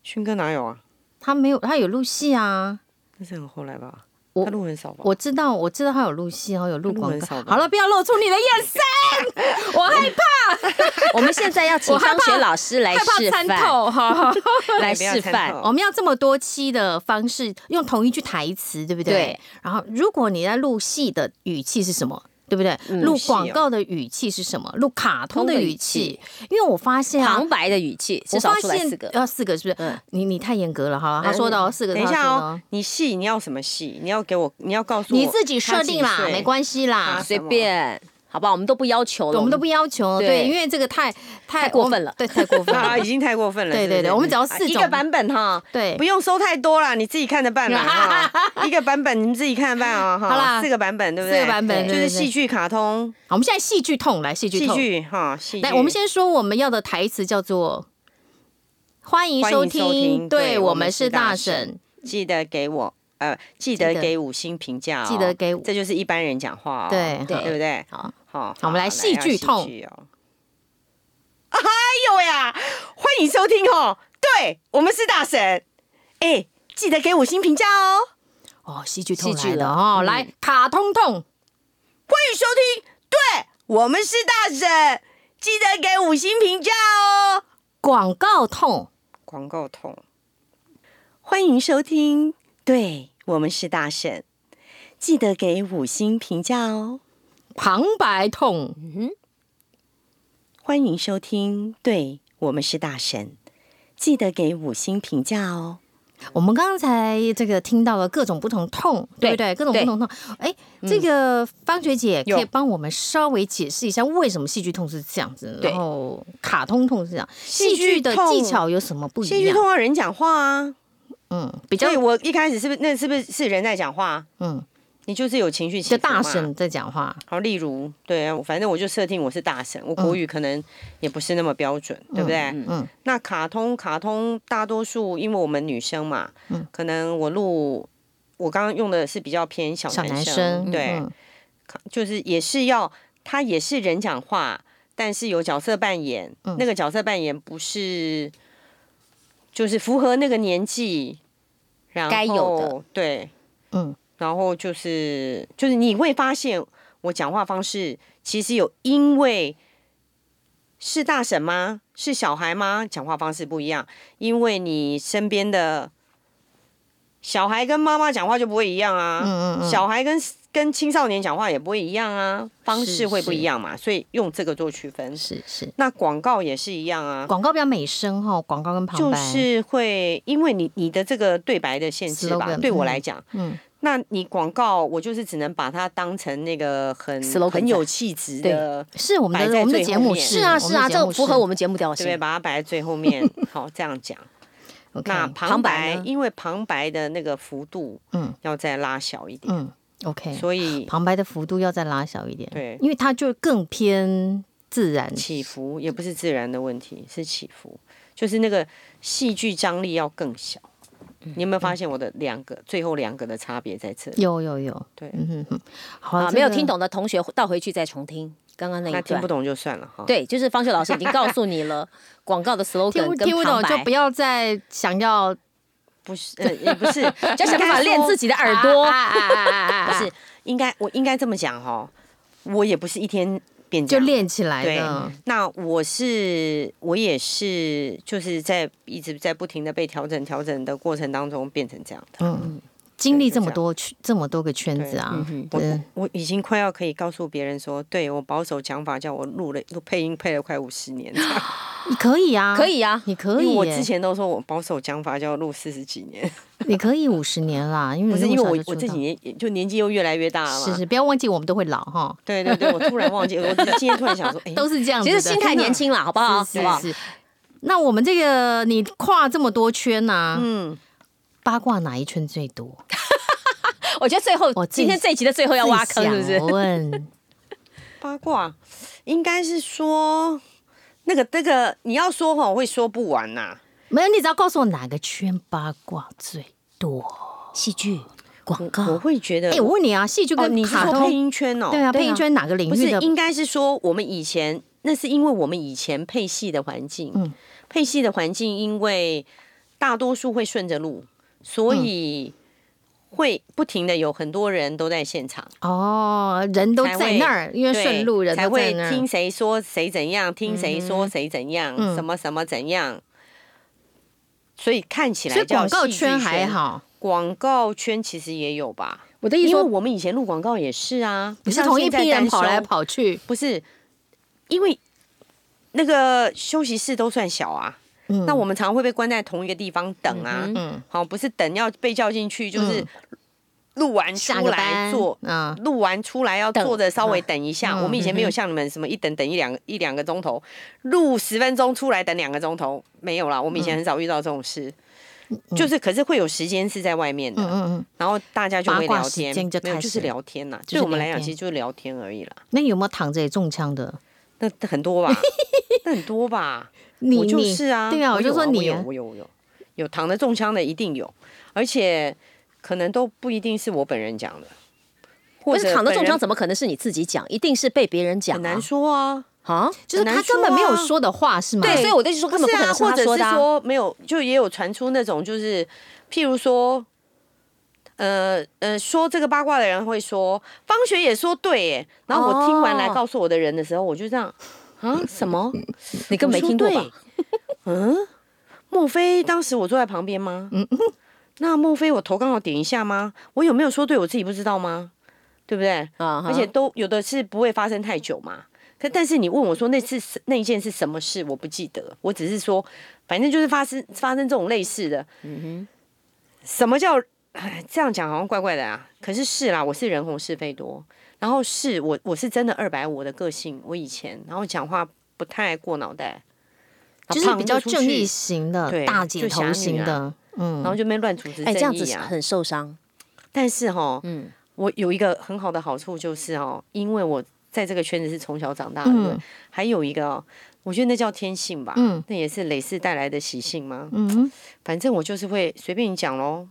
Speaker 2: 勋哥哪有啊？
Speaker 3: 他没有，他有录戏啊。
Speaker 2: 那是很后来吧？
Speaker 3: 我
Speaker 2: 他录很少吧？
Speaker 3: 我知道，我知道他有录戏，还有录
Speaker 2: 录
Speaker 3: 广
Speaker 2: 很
Speaker 3: 告
Speaker 2: 少。吧
Speaker 3: 好了，不要露出你的眼神， *laughs* 我害怕
Speaker 1: 我们现在要请
Speaker 3: 我害
Speaker 1: 方
Speaker 3: 怕
Speaker 1: 雪老师来
Speaker 3: 害
Speaker 1: 示
Speaker 3: 怕参
Speaker 1: 范，
Speaker 3: 透哈。
Speaker 1: 来
Speaker 2: 不要
Speaker 1: 示
Speaker 2: 参
Speaker 1: 范
Speaker 2: 透。
Speaker 3: 哦我们要这么多期的方式，用同一句台词，对不对？
Speaker 1: 对。
Speaker 3: 然后，如果你在录戏的语气是什么？对不对？录
Speaker 2: 录戏哦
Speaker 3: 广告的语气是什么？录卡通的
Speaker 1: 通的
Speaker 3: 语
Speaker 1: 语气
Speaker 3: 气，因为我发现啊
Speaker 1: 旁，白的语气，
Speaker 3: 我
Speaker 1: 至少
Speaker 3: 发
Speaker 1: 出来
Speaker 3: 现呃
Speaker 1: 四个。
Speaker 3: 要四个，是不是
Speaker 1: 嗯？
Speaker 3: 你你太严格了哈。
Speaker 1: 嗯
Speaker 3: 他说的哦，四个。
Speaker 2: 等一下
Speaker 3: 他说的哦
Speaker 2: 哦，，你戏你要什么戏？你要给我，你要告诉我
Speaker 3: 你自己设定啦，没
Speaker 2: 系。
Speaker 3: 关系啦
Speaker 2: 他。
Speaker 1: 随便，好啊吧，我们都不要求了，
Speaker 3: 我们都不要求，
Speaker 1: 对
Speaker 3: 对，因为这个太太
Speaker 1: 太过分了
Speaker 3: 对，太过分
Speaker 2: 啊，
Speaker 3: 了
Speaker 2: 已。经 *laughs* 太过分了。
Speaker 3: 对
Speaker 2: 是不是
Speaker 3: 对对我们只要四种
Speaker 2: 一个版本哈，
Speaker 3: 对
Speaker 2: 不用收太多啦，你自己看着办啦。
Speaker 3: *laughs*
Speaker 2: 哈一个版本你们自己看着办啊，哈
Speaker 3: 好啦
Speaker 2: 四个版本对不
Speaker 3: 四
Speaker 2: 对？
Speaker 3: 个版本
Speaker 2: 就
Speaker 3: 对对对
Speaker 2: 是戏剧、卡通、
Speaker 3: 好我们现在戏剧痛，来戏剧
Speaker 2: 戏
Speaker 3: 痛。
Speaker 2: 剧哈，戏剧。
Speaker 3: 来，我们先说我们要的台词叫做“欢迎收听”，
Speaker 2: 欢迎收听
Speaker 3: 对
Speaker 2: 对
Speaker 3: 我
Speaker 2: 我
Speaker 3: 们
Speaker 2: 们
Speaker 3: 是
Speaker 2: 是
Speaker 3: 大
Speaker 2: 大
Speaker 3: 神
Speaker 2: 神。记得给我呃，记
Speaker 3: 记
Speaker 2: 得
Speaker 3: 得
Speaker 2: 给五星评价哦，
Speaker 3: 记得给
Speaker 2: 这就是一般人讲话哦，
Speaker 3: 对
Speaker 2: 对不对？
Speaker 3: 好，
Speaker 2: 好，
Speaker 3: 我们来戏
Speaker 2: 要
Speaker 3: 剧痛
Speaker 2: 剧哦。哎呦呀，欢迎收听哦！对我们是大神，哎，记得给五星评价哦。
Speaker 3: 哦，戏剧痛
Speaker 1: 戏剧
Speaker 3: 来的
Speaker 1: 了
Speaker 3: 哦，
Speaker 1: 嗯
Speaker 3: 来卡通痛，
Speaker 2: 欢迎收听，对我们是大神，记得给五星评价哦。
Speaker 3: 广告痛，
Speaker 2: 广告痛，欢迎收听，对我们是大神，记得给五星评价哦。
Speaker 3: 旁白痛，
Speaker 2: 欢迎收听，对我们是大神，记得给五星评价哦。
Speaker 3: 我们刚才这个听到了各种不同痛，对不对？
Speaker 1: 对
Speaker 3: 各种不同痛。哎，这个方学姐
Speaker 2: 有
Speaker 3: 可以帮我们稍微解释一下，为什么戏剧痛是这样子，
Speaker 1: 对
Speaker 3: 然后卡通痛是这样，戏
Speaker 2: 戏剧
Speaker 3: 剧的
Speaker 2: 痛
Speaker 3: 技巧有什么不
Speaker 2: 戏
Speaker 3: 一
Speaker 2: 剧
Speaker 3: 样
Speaker 2: 痛？要人讲话啊，
Speaker 3: 嗯，比较
Speaker 2: 所以我一开始是不是那是不是是人在讲话？啊
Speaker 3: 嗯，
Speaker 2: 你就是有情绪起
Speaker 3: 就
Speaker 2: 伏
Speaker 3: 大
Speaker 2: 嘛
Speaker 3: 声在讲话，
Speaker 2: 好，例如，对啊，反正我就设定我是大神，我国语可能也不是那么标准，对不对？嗯。
Speaker 3: 嗯
Speaker 2: 那卡通，卡通大多数因为我们女生嘛，
Speaker 3: 嗯
Speaker 2: 可能我录我刚刚用的是比较偏小
Speaker 3: 小
Speaker 2: 男
Speaker 3: 男生，
Speaker 2: 对，
Speaker 3: 嗯
Speaker 2: 卡就是也是要他也是人讲话，但是有角色扮演，
Speaker 3: 嗯
Speaker 2: 那个角色扮演不是就是符合那个年纪，然后
Speaker 1: 该有的
Speaker 2: 对，
Speaker 3: 嗯，
Speaker 2: 然后就是就是你会发现我讲话方式其实有因为是大婶吗？是小孩吗？讲话方式不一样，因为你身边的小孩跟妈妈讲话就不会一样啊，
Speaker 3: 嗯嗯嗯
Speaker 2: 小孩跟跟青少年讲话也不会一样啊，方
Speaker 3: 是
Speaker 2: 式会不
Speaker 3: 是
Speaker 2: 一样嘛，所以用这个做区分。
Speaker 3: 是是，
Speaker 2: 那广告也是一样啊，
Speaker 3: 广告比较美声哈，广告跟旁
Speaker 2: 就
Speaker 3: 白，
Speaker 2: 是会因为你你的这个对白的限制吧
Speaker 3: Slogan，，
Speaker 2: 对我
Speaker 3: 嗯
Speaker 2: 来讲，
Speaker 3: 嗯，
Speaker 2: 那你广告，我就是只能把它当成那个很
Speaker 1: Slogan
Speaker 2: 很有气质的，
Speaker 3: 是我们
Speaker 2: 摆
Speaker 3: 的
Speaker 2: 在
Speaker 3: 我们的
Speaker 2: 最
Speaker 3: 节
Speaker 2: 后
Speaker 3: 目
Speaker 2: 面
Speaker 1: 是啊
Speaker 3: 我
Speaker 1: 是
Speaker 3: 们
Speaker 1: 啊，
Speaker 3: 的节
Speaker 1: 这
Speaker 3: 目
Speaker 1: 符
Speaker 3: 是
Speaker 1: 合我们节目调
Speaker 2: 对不对？
Speaker 1: 性。
Speaker 2: 把它摆在最后
Speaker 1: *laughs*
Speaker 2: 面，好这样讲。
Speaker 3: OK，
Speaker 2: 那旁
Speaker 1: 旁
Speaker 2: 白
Speaker 1: 白呢，
Speaker 2: 因为旁白的那个幅度，
Speaker 3: 嗯
Speaker 2: 嗯，要再拉小一点，
Speaker 3: 嗯，OK，
Speaker 2: 所以
Speaker 3: 旁白的幅度要再拉小一点，
Speaker 2: 对
Speaker 3: 因为它就更偏自然，
Speaker 2: 起伏也不是自然的问题，是起伏，就是那个戏剧张力要更小。
Speaker 1: 嗯
Speaker 2: 你有没有发现我的两个最后两个的差别在这里？
Speaker 3: 有有有，
Speaker 2: 对，
Speaker 3: 嗯哼哼，好
Speaker 1: 啊，
Speaker 3: 真
Speaker 1: 没有
Speaker 3: 的
Speaker 1: 听懂的同学倒回去再重听刚刚那
Speaker 2: 那
Speaker 1: 一
Speaker 2: 听
Speaker 1: 段
Speaker 2: 不。懂就算了哈。，
Speaker 1: 对，就是方秀老师已经告诉你
Speaker 3: *laughs*
Speaker 1: 了广告的 slogan
Speaker 3: 听不
Speaker 1: 跟
Speaker 3: 听不懂
Speaker 1: 旁
Speaker 3: 就
Speaker 1: 白
Speaker 3: 不，要再想要
Speaker 2: 不是，
Speaker 1: *laughs*
Speaker 2: 呃，也不是，
Speaker 1: 就想办法练自己的耳朵。
Speaker 3: 啊啊啊啊啊
Speaker 2: 不是，应该我应该这么讲哈，我也不是一天变这
Speaker 3: 就
Speaker 2: 样
Speaker 3: 练起来
Speaker 2: 对
Speaker 3: 的，，
Speaker 2: 那我是我也是，就是在一直在不停的被调整调整的过程当中变成这样的。
Speaker 3: 嗯，经历
Speaker 2: 就
Speaker 3: 这
Speaker 2: 这
Speaker 3: 么
Speaker 2: 样
Speaker 3: 多圈这么多个圈子啊，
Speaker 2: 我
Speaker 3: 对
Speaker 2: 我已经快要可以告诉别人说，对我保守讲法，叫我录了录配音配了快五十年，
Speaker 3: 你可以啊，
Speaker 1: 可，以啊，
Speaker 3: 你
Speaker 2: *laughs* 因
Speaker 3: 可
Speaker 2: 为
Speaker 3: 以耶，
Speaker 2: 我之前都说我保守讲法就要录四十几年，
Speaker 3: 你可以五十年啦，因为
Speaker 2: 不是
Speaker 3: 嗯你
Speaker 2: 因
Speaker 3: 那
Speaker 2: 为
Speaker 3: 么
Speaker 2: 我
Speaker 3: 小就
Speaker 2: 我
Speaker 3: 出
Speaker 2: 这
Speaker 3: 道
Speaker 2: 几年也就年纪又越来越大了嘛，
Speaker 3: 是是，不要忘记我们都会老哈，
Speaker 2: 对对对，我突然忘记，我今天突然想
Speaker 3: *laughs*
Speaker 2: 说，哎、
Speaker 3: 都是这样子
Speaker 1: 其
Speaker 3: 的，
Speaker 1: 实心态年轻啦，好不好？
Speaker 3: 是
Speaker 1: 好不好？
Speaker 3: 是是。那我们这个你跨这么多圈呐、
Speaker 2: 嗯，
Speaker 3: 八卦哪一圈最多？
Speaker 1: 我觉得最后
Speaker 3: 我自己
Speaker 1: 今天这一集的最后要挖
Speaker 3: 自
Speaker 1: 坑，
Speaker 3: 己
Speaker 1: 是不是
Speaker 3: 想？哦
Speaker 1: *laughs*
Speaker 3: 问
Speaker 2: 八卦应该是说那个那个你要说哈，我会说不完呐、
Speaker 3: 没有，你只要告诉我哪个圈八卦最
Speaker 2: *laughs*
Speaker 3: 多？
Speaker 1: 戏剧、广
Speaker 2: 我，会觉得，
Speaker 3: 哎、我问你啊，戏剧
Speaker 2: 哦，
Speaker 3: 跟
Speaker 2: 你是
Speaker 3: 卡
Speaker 2: 说配
Speaker 3: 通，
Speaker 2: 音圈哦？
Speaker 3: 对啊，配音圈哪个领
Speaker 2: 不
Speaker 3: 域
Speaker 2: 是
Speaker 3: 的？
Speaker 2: 应该是说我们以前那是因为我们以前配戏的环境，
Speaker 3: 嗯
Speaker 2: 配戏的环境因为大多数会顺着路，所以会不停的有很多人都在现场，
Speaker 3: 哦，人都
Speaker 2: 才
Speaker 3: 在
Speaker 2: 会
Speaker 3: 那儿，因为
Speaker 2: 对
Speaker 3: 顺路人
Speaker 2: 才
Speaker 3: 都在
Speaker 2: 会
Speaker 3: 那
Speaker 2: 听
Speaker 3: 儿。
Speaker 2: 谁说谁怎样，听谁说谁怎样，
Speaker 3: 嗯
Speaker 2: 什么什么怎样。所以看起来
Speaker 3: 所以
Speaker 2: 叫
Speaker 3: 广告
Speaker 2: 戏剧
Speaker 3: 圈还，好，
Speaker 2: 广告圈其实也有吧。
Speaker 3: 我的
Speaker 2: 因为我们以前录广告也是啊，
Speaker 3: 你
Speaker 2: 不
Speaker 3: 是
Speaker 2: 像
Speaker 3: 同一
Speaker 2: 现在
Speaker 3: 批人
Speaker 2: 单
Speaker 3: 跑来
Speaker 2: 收，
Speaker 3: 跑去，
Speaker 2: 不是因为那个休息室都算小啊，
Speaker 3: 嗯
Speaker 2: 那我们常会被关在同一个地方等啊，
Speaker 3: 嗯
Speaker 2: 好，不是等要被叫进去，就是
Speaker 3: 嗯
Speaker 2: 录完
Speaker 3: 下
Speaker 2: 出
Speaker 3: 个
Speaker 2: 来
Speaker 3: 班
Speaker 2: 做。
Speaker 3: 嗯，
Speaker 2: 录完出来要坐着稍微等一下，
Speaker 3: 嗯
Speaker 2: 我们以前没有像你们什么一等等一两一两个钟头，录十分钟出来等两个钟头没有啦，我们以前很少遇到这种事，就是可是会有时间是在外面的，
Speaker 3: 嗯嗯嗯，
Speaker 2: 然后大家就会
Speaker 3: 八卦
Speaker 2: 聊
Speaker 3: 时
Speaker 2: 天，
Speaker 3: 间就
Speaker 2: 没
Speaker 3: 开
Speaker 2: 有
Speaker 3: 始
Speaker 2: 就是聊天啦。
Speaker 3: 就是
Speaker 2: 对我们
Speaker 3: 聊
Speaker 2: 来讲，
Speaker 3: 天
Speaker 2: 其实就是聊天而已啦。
Speaker 3: 那有没有躺着也中枪的？
Speaker 2: 那那很多
Speaker 3: *laughs*
Speaker 2: 吧，那很多吧。
Speaker 3: 你
Speaker 2: 我就
Speaker 3: 你
Speaker 2: 是啊，
Speaker 3: 对啊，我就
Speaker 2: 有
Speaker 3: 说你
Speaker 2: 有，我有，我有，有躺着中枪的一定有，而且可能都不一定是我本人讲的，或
Speaker 1: 不是
Speaker 2: 者
Speaker 1: 躺着中
Speaker 2: 本人
Speaker 1: 枪，怎么可能是你自己讲？一定是被别人讲
Speaker 2: 很
Speaker 1: 啊
Speaker 2: 难！说啊。
Speaker 1: 啊
Speaker 3: 就是
Speaker 2: 很
Speaker 3: 他
Speaker 2: 难
Speaker 3: 根本没有
Speaker 2: 说啊
Speaker 3: 说的话是吗？
Speaker 1: 对，所以我的意思说根本不
Speaker 2: 是
Speaker 1: 可
Speaker 2: 啊，
Speaker 1: 能
Speaker 2: 或
Speaker 1: 他
Speaker 2: 者
Speaker 1: 说
Speaker 2: 是
Speaker 1: 的啊。
Speaker 2: 说没有，就也有传出那种就是，譬如说，呃呃，说这个八卦的人会说方学也说对耶，然后我听完来
Speaker 1: 哦
Speaker 2: 告诉我的人的时候，我就这样啊什么？
Speaker 1: 你根本没听过吧？
Speaker 2: 嗯，莫非当时我坐在旁边吗？
Speaker 1: 嗯
Speaker 2: 那莫非我头刚好点一下吗？我有没有说对我自己不知道吗？对不对？
Speaker 1: 啊哈
Speaker 2: 而且都有的是不会发生太久嘛。可但是你问我说那次是那一件是什么事，我不记得，我只是说反正就是发生发生这种类似的。嗯哼，什么叫哎这样讲好像怪怪的啊？可是是啦，我是人红是非多，然后是我我是真的二百五的个性，我以前然后讲话不太过脑袋，啊
Speaker 3: 就是比较
Speaker 2: 胖就出
Speaker 3: 正
Speaker 2: 去
Speaker 3: 义型的、
Speaker 2: 对
Speaker 3: 大姐头型
Speaker 2: 就侠啊
Speaker 3: 的，
Speaker 2: 然后
Speaker 3: 嗯，
Speaker 2: 就没乱组织正
Speaker 1: 哎，这样子
Speaker 2: 义啊。
Speaker 1: 很受伤。
Speaker 2: 但是哈，
Speaker 1: 嗯，
Speaker 2: 我有一个很好的好处就是哦，因为我在这个圈子是从小长大的，
Speaker 3: 嗯
Speaker 2: 还有一个、哦，我觉得那叫天性吧，
Speaker 3: 嗯
Speaker 2: 那也是累世带来的习性嘛。
Speaker 3: 嗯，
Speaker 2: 反正我就是会随便你讲喽，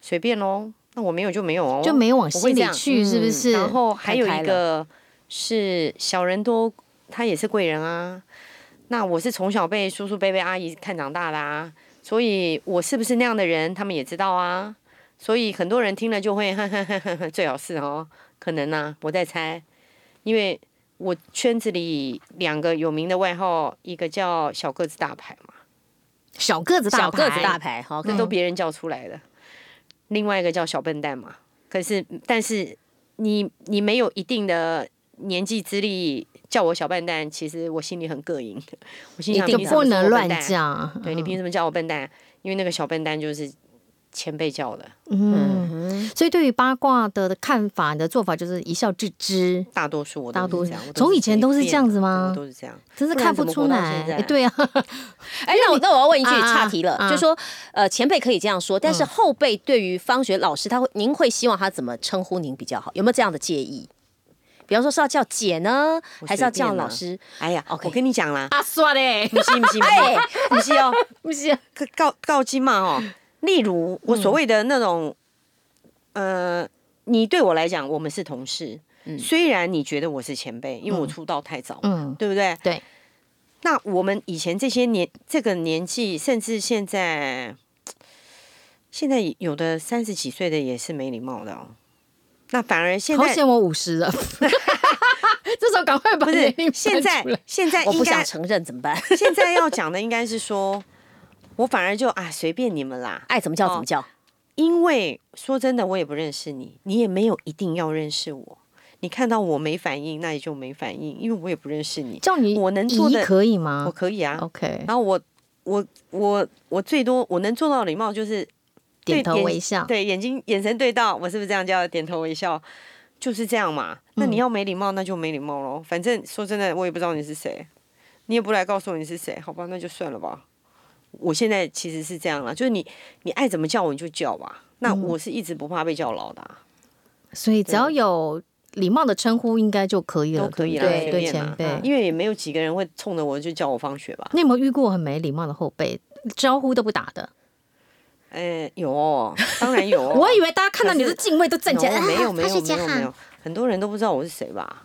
Speaker 2: 随便喽，那我没有就没有哦，
Speaker 3: 就没有往
Speaker 2: 我
Speaker 3: 心
Speaker 2: 会这
Speaker 3: 里
Speaker 2: 样嗯
Speaker 3: 去，是不是？
Speaker 2: 然后还有
Speaker 3: 看开
Speaker 2: 一
Speaker 3: 了，
Speaker 2: 个是小人多，他也是贵人啊。那我是从小被叔叔、伯伯、阿姨看长大的啊，所以我是不是那样的人，他们也知道啊。所以很多人听了就会 *laughs* 呵呵呵呵呵，最好是哦，可能啊，我在猜，因为我圈子里两个有名的外号，一个叫小个子大牌嘛，
Speaker 3: 小个子大
Speaker 1: 小个子
Speaker 3: 牌
Speaker 1: 大牌，好，
Speaker 2: 这
Speaker 3: 嗯
Speaker 2: 都别人叫出来的。另外一个叫小笨蛋嘛，可是但是你你没有一定的年纪资历，叫我小笨蛋，其实我心里很膈应。我心里
Speaker 3: 一
Speaker 2: 想
Speaker 3: 定
Speaker 2: 凭什么
Speaker 3: 不能
Speaker 2: 说我
Speaker 3: 乱
Speaker 2: 笨蛋，
Speaker 3: 讲。
Speaker 2: 对你凭什么叫我笨蛋？因为那个小笨蛋就是前辈叫的，
Speaker 3: 嗯，所以对于八卦的看法，你的做法就是一笑置之，
Speaker 2: 大多数我都
Speaker 3: 大多
Speaker 2: 是这样我
Speaker 3: 从
Speaker 2: 是
Speaker 3: 以前都是
Speaker 2: 随便
Speaker 3: 这样子
Speaker 2: 的
Speaker 3: 吗
Speaker 2: 我都是这样，
Speaker 3: 真是
Speaker 2: 不然
Speaker 3: 看不
Speaker 2: 怎么
Speaker 3: 出
Speaker 2: 活到
Speaker 3: 来
Speaker 2: 现。在
Speaker 3: 哎对啊，
Speaker 1: 哎，那我那我要问一句，
Speaker 3: 啊啊
Speaker 1: 岔题了，
Speaker 3: 啊嗯
Speaker 1: 就说呃，前辈可以这样说，但是后辈对于方学老师，他会您会希望他怎么称呼您比较好？有没有这样的介意？比方说是要叫姐呢，
Speaker 2: 我
Speaker 1: 还是要
Speaker 2: 随便
Speaker 1: 叫
Speaker 2: 啦
Speaker 1: 老师？
Speaker 2: 哎呀
Speaker 1: OK
Speaker 2: 我跟你讲啦，
Speaker 3: 啊，算嘞，
Speaker 2: 不是不是不是不是哦，
Speaker 3: 哎 *laughs* 不是，嗯
Speaker 2: 告告告金嘛哦，例如我所谓的那种，呃，你对我来讲，我们是同事，虽然你觉得我是前辈，因为我出道太早，
Speaker 3: *laughs* 嗯，
Speaker 2: 对不对？
Speaker 3: 对。
Speaker 2: 那我们以前这些年这个年纪，甚至现在，现在有的三十几岁的也是没礼貌的哦。那反而现
Speaker 3: 好
Speaker 2: 在
Speaker 3: 险我五十
Speaker 2: *laughs*
Speaker 3: 了，这时候赶快把
Speaker 2: 不
Speaker 3: 年
Speaker 2: 是现
Speaker 3: 龄搬
Speaker 2: 在
Speaker 3: 出来
Speaker 2: 现在
Speaker 1: 我
Speaker 2: 哎应
Speaker 1: 不
Speaker 2: 该
Speaker 1: 想承认怎么
Speaker 2: *laughs*
Speaker 1: 办？
Speaker 3: *laughs*
Speaker 2: 现在要讲的应该是说，我反而就啊随便你们啦，
Speaker 1: 爱怎么叫怎么
Speaker 2: 哦
Speaker 1: 叫？
Speaker 2: 因为说真的，我也不认识你，你也没有一定要认识我。你看到我没反应，那也就没反应，因为我也不认识你。
Speaker 3: 叫你
Speaker 2: 我能做
Speaker 3: 姨
Speaker 2: 的
Speaker 3: 可以
Speaker 2: 我
Speaker 3: 吗
Speaker 2: 可以啊。
Speaker 3: ？OK，
Speaker 2: 然后我我我我最多我能做到礼貌就是对
Speaker 3: 点头
Speaker 2: 眼
Speaker 3: 微笑，
Speaker 2: 对眼睛眼神对到，我是不是这样叫点头微笑？就是这样嘛。那
Speaker 3: 嗯
Speaker 2: 你要没礼貌，那就没礼貌喽。反正说真的，我也不知道你是谁，你也不来告诉我你是谁，好吧，那就算了吧。我现在其实是这样了，就是你你爱怎么叫我你就叫吧。
Speaker 3: 嗯
Speaker 2: 那我是一直不怕被叫老的啊、
Speaker 3: 所以只要有礼貌的称呼，应该就可以了，
Speaker 2: 都可以啦，
Speaker 3: 对不对
Speaker 2: 随
Speaker 3: 对
Speaker 2: 便
Speaker 3: 前
Speaker 2: 啦。啊嗯
Speaker 3: 辈。
Speaker 2: 因为也没有几个人会冲着我就叫我方雪吧。
Speaker 3: 你有没有遇过很没礼貌的后辈，招呼都不打的？
Speaker 2: 哎，有哦，当然有哦。
Speaker 3: *laughs* 我以为大家看到你的敬畏都站起来，
Speaker 2: No，
Speaker 3: 啊
Speaker 2: 没有没
Speaker 3: 他是
Speaker 2: 有
Speaker 3: 这
Speaker 2: 没有
Speaker 3: 样
Speaker 2: 没有，很多人都不知道我是谁吧？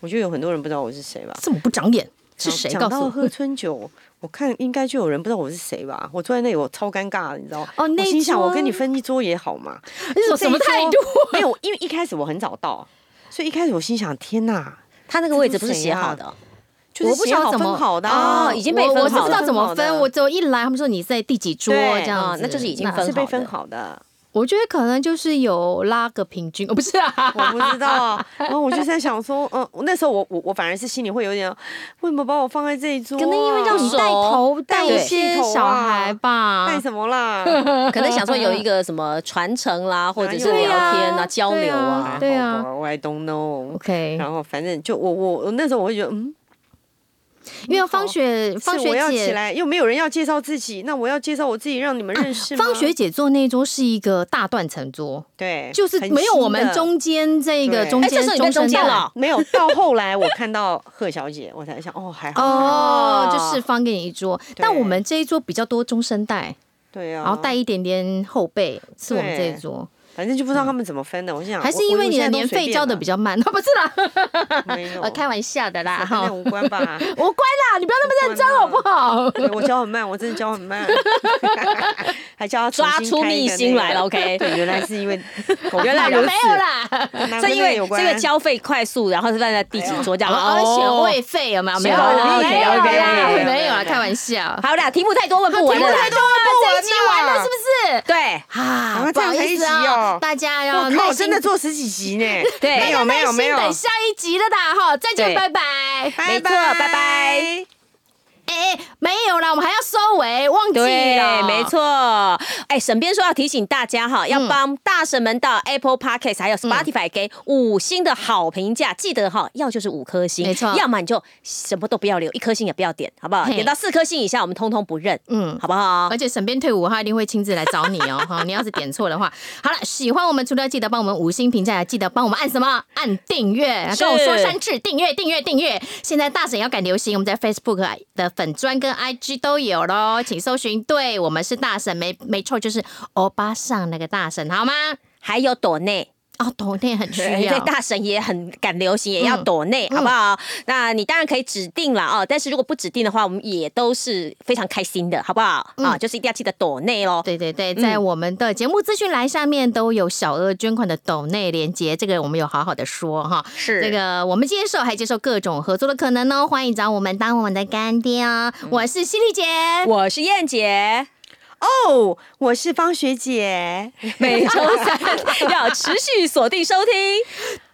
Speaker 2: 我觉得有很多人不知道我是谁吧。
Speaker 3: 这么不长眼，是
Speaker 2: 讲
Speaker 3: 谁
Speaker 2: 讲
Speaker 3: 告
Speaker 2: 到
Speaker 3: 诉
Speaker 2: 喝
Speaker 3: 我？
Speaker 2: 春酒，我看应该就有人不知道我是谁吧。我坐在那里，我超尴尬的，你知道吗？
Speaker 3: 哦那
Speaker 2: 我
Speaker 3: 一
Speaker 2: 心想，
Speaker 3: 桌
Speaker 2: 我跟你分一桌也好
Speaker 3: *laughs*
Speaker 2: 嘛。
Speaker 3: 这种
Speaker 2: 这
Speaker 3: 什么
Speaker 2: 一桌
Speaker 3: 态度？啊
Speaker 2: 没有，因为一开始我很早到，所以一开始我心想，天哪，
Speaker 1: 他那个位置不是写好的哦，
Speaker 2: 就是
Speaker 3: 我不
Speaker 2: 写
Speaker 3: 晓得
Speaker 2: 好
Speaker 3: 怎
Speaker 2: 分
Speaker 3: 么
Speaker 2: 好的
Speaker 1: 哦
Speaker 2: 啊，
Speaker 1: 已经被
Speaker 3: 我
Speaker 1: 分
Speaker 3: 我是
Speaker 1: 好
Speaker 3: 不知道
Speaker 1: 了
Speaker 3: 怎么
Speaker 2: 分好
Speaker 3: 分，
Speaker 2: 的
Speaker 3: 我只有一来他们说你在第几桌
Speaker 2: 对哦
Speaker 3: 这样
Speaker 1: 啊
Speaker 3: 子，
Speaker 1: 那就是已经
Speaker 3: 那
Speaker 1: 分
Speaker 2: 是被分
Speaker 1: 好的
Speaker 2: 好的。
Speaker 3: 我觉得可能就是有拉个平均，哦，不是啊，
Speaker 2: 我不知
Speaker 3: *laughs*
Speaker 2: 道，然后我就在想说，嗯，我那时候我我我反而是心里会有点，为什么把我放在这一桌啊、
Speaker 3: 可能因为让你带头带一
Speaker 2: 对
Speaker 3: 些小孩吧
Speaker 2: 啊带，什么啦？
Speaker 3: 啊
Speaker 1: 哦可能想说有一个什么传承啦，或者
Speaker 3: *laughs*
Speaker 1: 是
Speaker 2: 哪有
Speaker 1: 聊
Speaker 2: 啊
Speaker 1: 天啊、交
Speaker 3: 对
Speaker 1: 流
Speaker 3: 啊
Speaker 1: 啊。
Speaker 3: *laughs* 对啊
Speaker 2: 还好吧，I don't know。
Speaker 3: ，OK，
Speaker 2: 然后反正就我我我那时候我会觉得，嗯，
Speaker 3: 因为方雪方
Speaker 2: 是我
Speaker 3: 雪
Speaker 2: 要起
Speaker 3: 姐。啊
Speaker 2: 来，又没有人要介绍自己，那我要介绍我自己，让你们认识吗、
Speaker 3: 方雪姐坐那一桌是一个大断层桌，
Speaker 2: 对，
Speaker 3: 就是
Speaker 2: 很
Speaker 3: 没有
Speaker 2: 新
Speaker 3: 我们
Speaker 2: 的
Speaker 3: 中间这个
Speaker 2: 对
Speaker 3: 中
Speaker 1: 哎这
Speaker 3: 间
Speaker 1: 时候你在
Speaker 3: 中
Speaker 1: 中间
Speaker 3: 段
Speaker 1: 了
Speaker 2: 没有到后来，我看到贺小姐，我才想，哦，还好，
Speaker 3: *laughs* 哦，就是方给你一桌，但我们这一桌比较多中生代，
Speaker 2: 对啊，
Speaker 3: 然后带一点点后辈，是我们这一桌，
Speaker 2: 反正就不知道他们怎么分的。我心想，
Speaker 3: 还是因为你的年费交的比
Speaker 2: 较，
Speaker 3: 较慢，哦不是啦，
Speaker 2: 没有
Speaker 3: 我开玩笑的啦，
Speaker 2: 跟那
Speaker 3: 哈，
Speaker 2: 无关
Speaker 3: *laughs*
Speaker 2: 吧？
Speaker 3: 我乖啦，你不要那么认真好不好？
Speaker 2: 对 *laughs* 我教很慢，我真的教很慢， *laughs* 还教他重
Speaker 3: *laughs*
Speaker 1: 抓
Speaker 2: 新
Speaker 1: 出
Speaker 2: 开一
Speaker 1: 秘
Speaker 2: 个
Speaker 1: 辛
Speaker 2: 那
Speaker 1: 来
Speaker 2: 个
Speaker 1: 了
Speaker 2: *laughs*
Speaker 1: ，OK
Speaker 2: 对，原来是因为狗屁
Speaker 1: 原来
Speaker 2: 老
Speaker 1: 如
Speaker 2: 师
Speaker 3: *laughs*
Speaker 1: 此，
Speaker 3: 没有啦，
Speaker 2: *laughs* 哪
Speaker 3: *laughs*
Speaker 1: 是
Speaker 2: 跟
Speaker 1: 因
Speaker 2: 个
Speaker 1: 为
Speaker 2: 有
Speaker 1: 这
Speaker 2: 关
Speaker 1: 个交费快速，然后是放在
Speaker 3: 哎
Speaker 1: 第几桌这样。
Speaker 3: 而
Speaker 1: 哦
Speaker 3: 且。会费有没
Speaker 2: 啊
Speaker 3: 有？没有啦，没有啦，没有啦，开玩笑。
Speaker 1: 好啦，题目太多啊问不啊完
Speaker 3: 题
Speaker 1: 了
Speaker 3: 目
Speaker 1: 啦。
Speaker 3: 太多啊了，这一集完了是不是？
Speaker 1: 对
Speaker 3: 啊，
Speaker 2: 赶快
Speaker 3: 不
Speaker 2: 再
Speaker 3: 好
Speaker 2: 来一
Speaker 3: 意
Speaker 2: 集
Speaker 3: 思
Speaker 2: 哦
Speaker 3: 啊，大家要
Speaker 2: 我靠，
Speaker 3: 耐
Speaker 2: 真
Speaker 3: 心
Speaker 2: 的做十几集
Speaker 3: *laughs*
Speaker 2: 呢？
Speaker 1: 对
Speaker 2: 没有没有没有，
Speaker 3: 等下一集了的哈，再见，
Speaker 1: 对
Speaker 3: 拜拜。
Speaker 2: 拜
Speaker 1: 没错拜拜
Speaker 3: 哎，没没有啦，我们还要收尾，忘记了，
Speaker 1: 对，没。错。哎，沈编说要提醒大家
Speaker 3: 嗯
Speaker 1: 哈，要帮大婶们到 Apple Podcast 还有 Spotify 给五星的好评价，记得哈，要就是五颗星，
Speaker 3: 没错
Speaker 1: 要么你就什么都不要留，一颗星也不要点，好不好？
Speaker 3: 嘿
Speaker 1: 点到四颗星以下，我们通通不认，
Speaker 3: 嗯，
Speaker 1: 好不好？
Speaker 3: 而且沈编退伍，他一定会亲自来找你哦。哈，你要是点错的话， *laughs* 好了，喜欢我们除了要记得帮我们五星评价，记得帮我们按什么？按订阅，
Speaker 1: 是
Speaker 3: 跟我说三次，订阅，订阅，订阅。现在大婶要赶流行，我们在 Facebook 的粉砖跟 IG 都有喽，请搜寻。对我们是大婶，没没错，就是欧巴上那个大婶，好吗？
Speaker 1: 还有朵内。
Speaker 3: 哦，抖内很需
Speaker 1: 对，
Speaker 3: 要。
Speaker 1: 大神也很敢流行，也要
Speaker 3: 嗯
Speaker 1: 躲内，好不好？那你当然可以指定了哦，但是如果不指定的话，我们也都是非常开心的，好不好？啊，
Speaker 3: 嗯
Speaker 1: 就是一定要记得躲内喽。
Speaker 3: 对对
Speaker 1: 嗯
Speaker 3: 对，在我们的节目资讯栏下面都有小额捐款的抖内连接，这个我们有好好的说哈。
Speaker 1: 是
Speaker 3: 这个我们接受，还接受各种合作的可能哦，欢迎找我们当我们的干爹哦。我是犀利姐，
Speaker 1: 我是燕姐，
Speaker 2: 哦，我是方学姐，
Speaker 1: 每周三要持续锁定收听。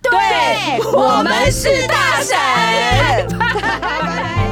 Speaker 1: 对，我们是大神。
Speaker 2: 拜拜。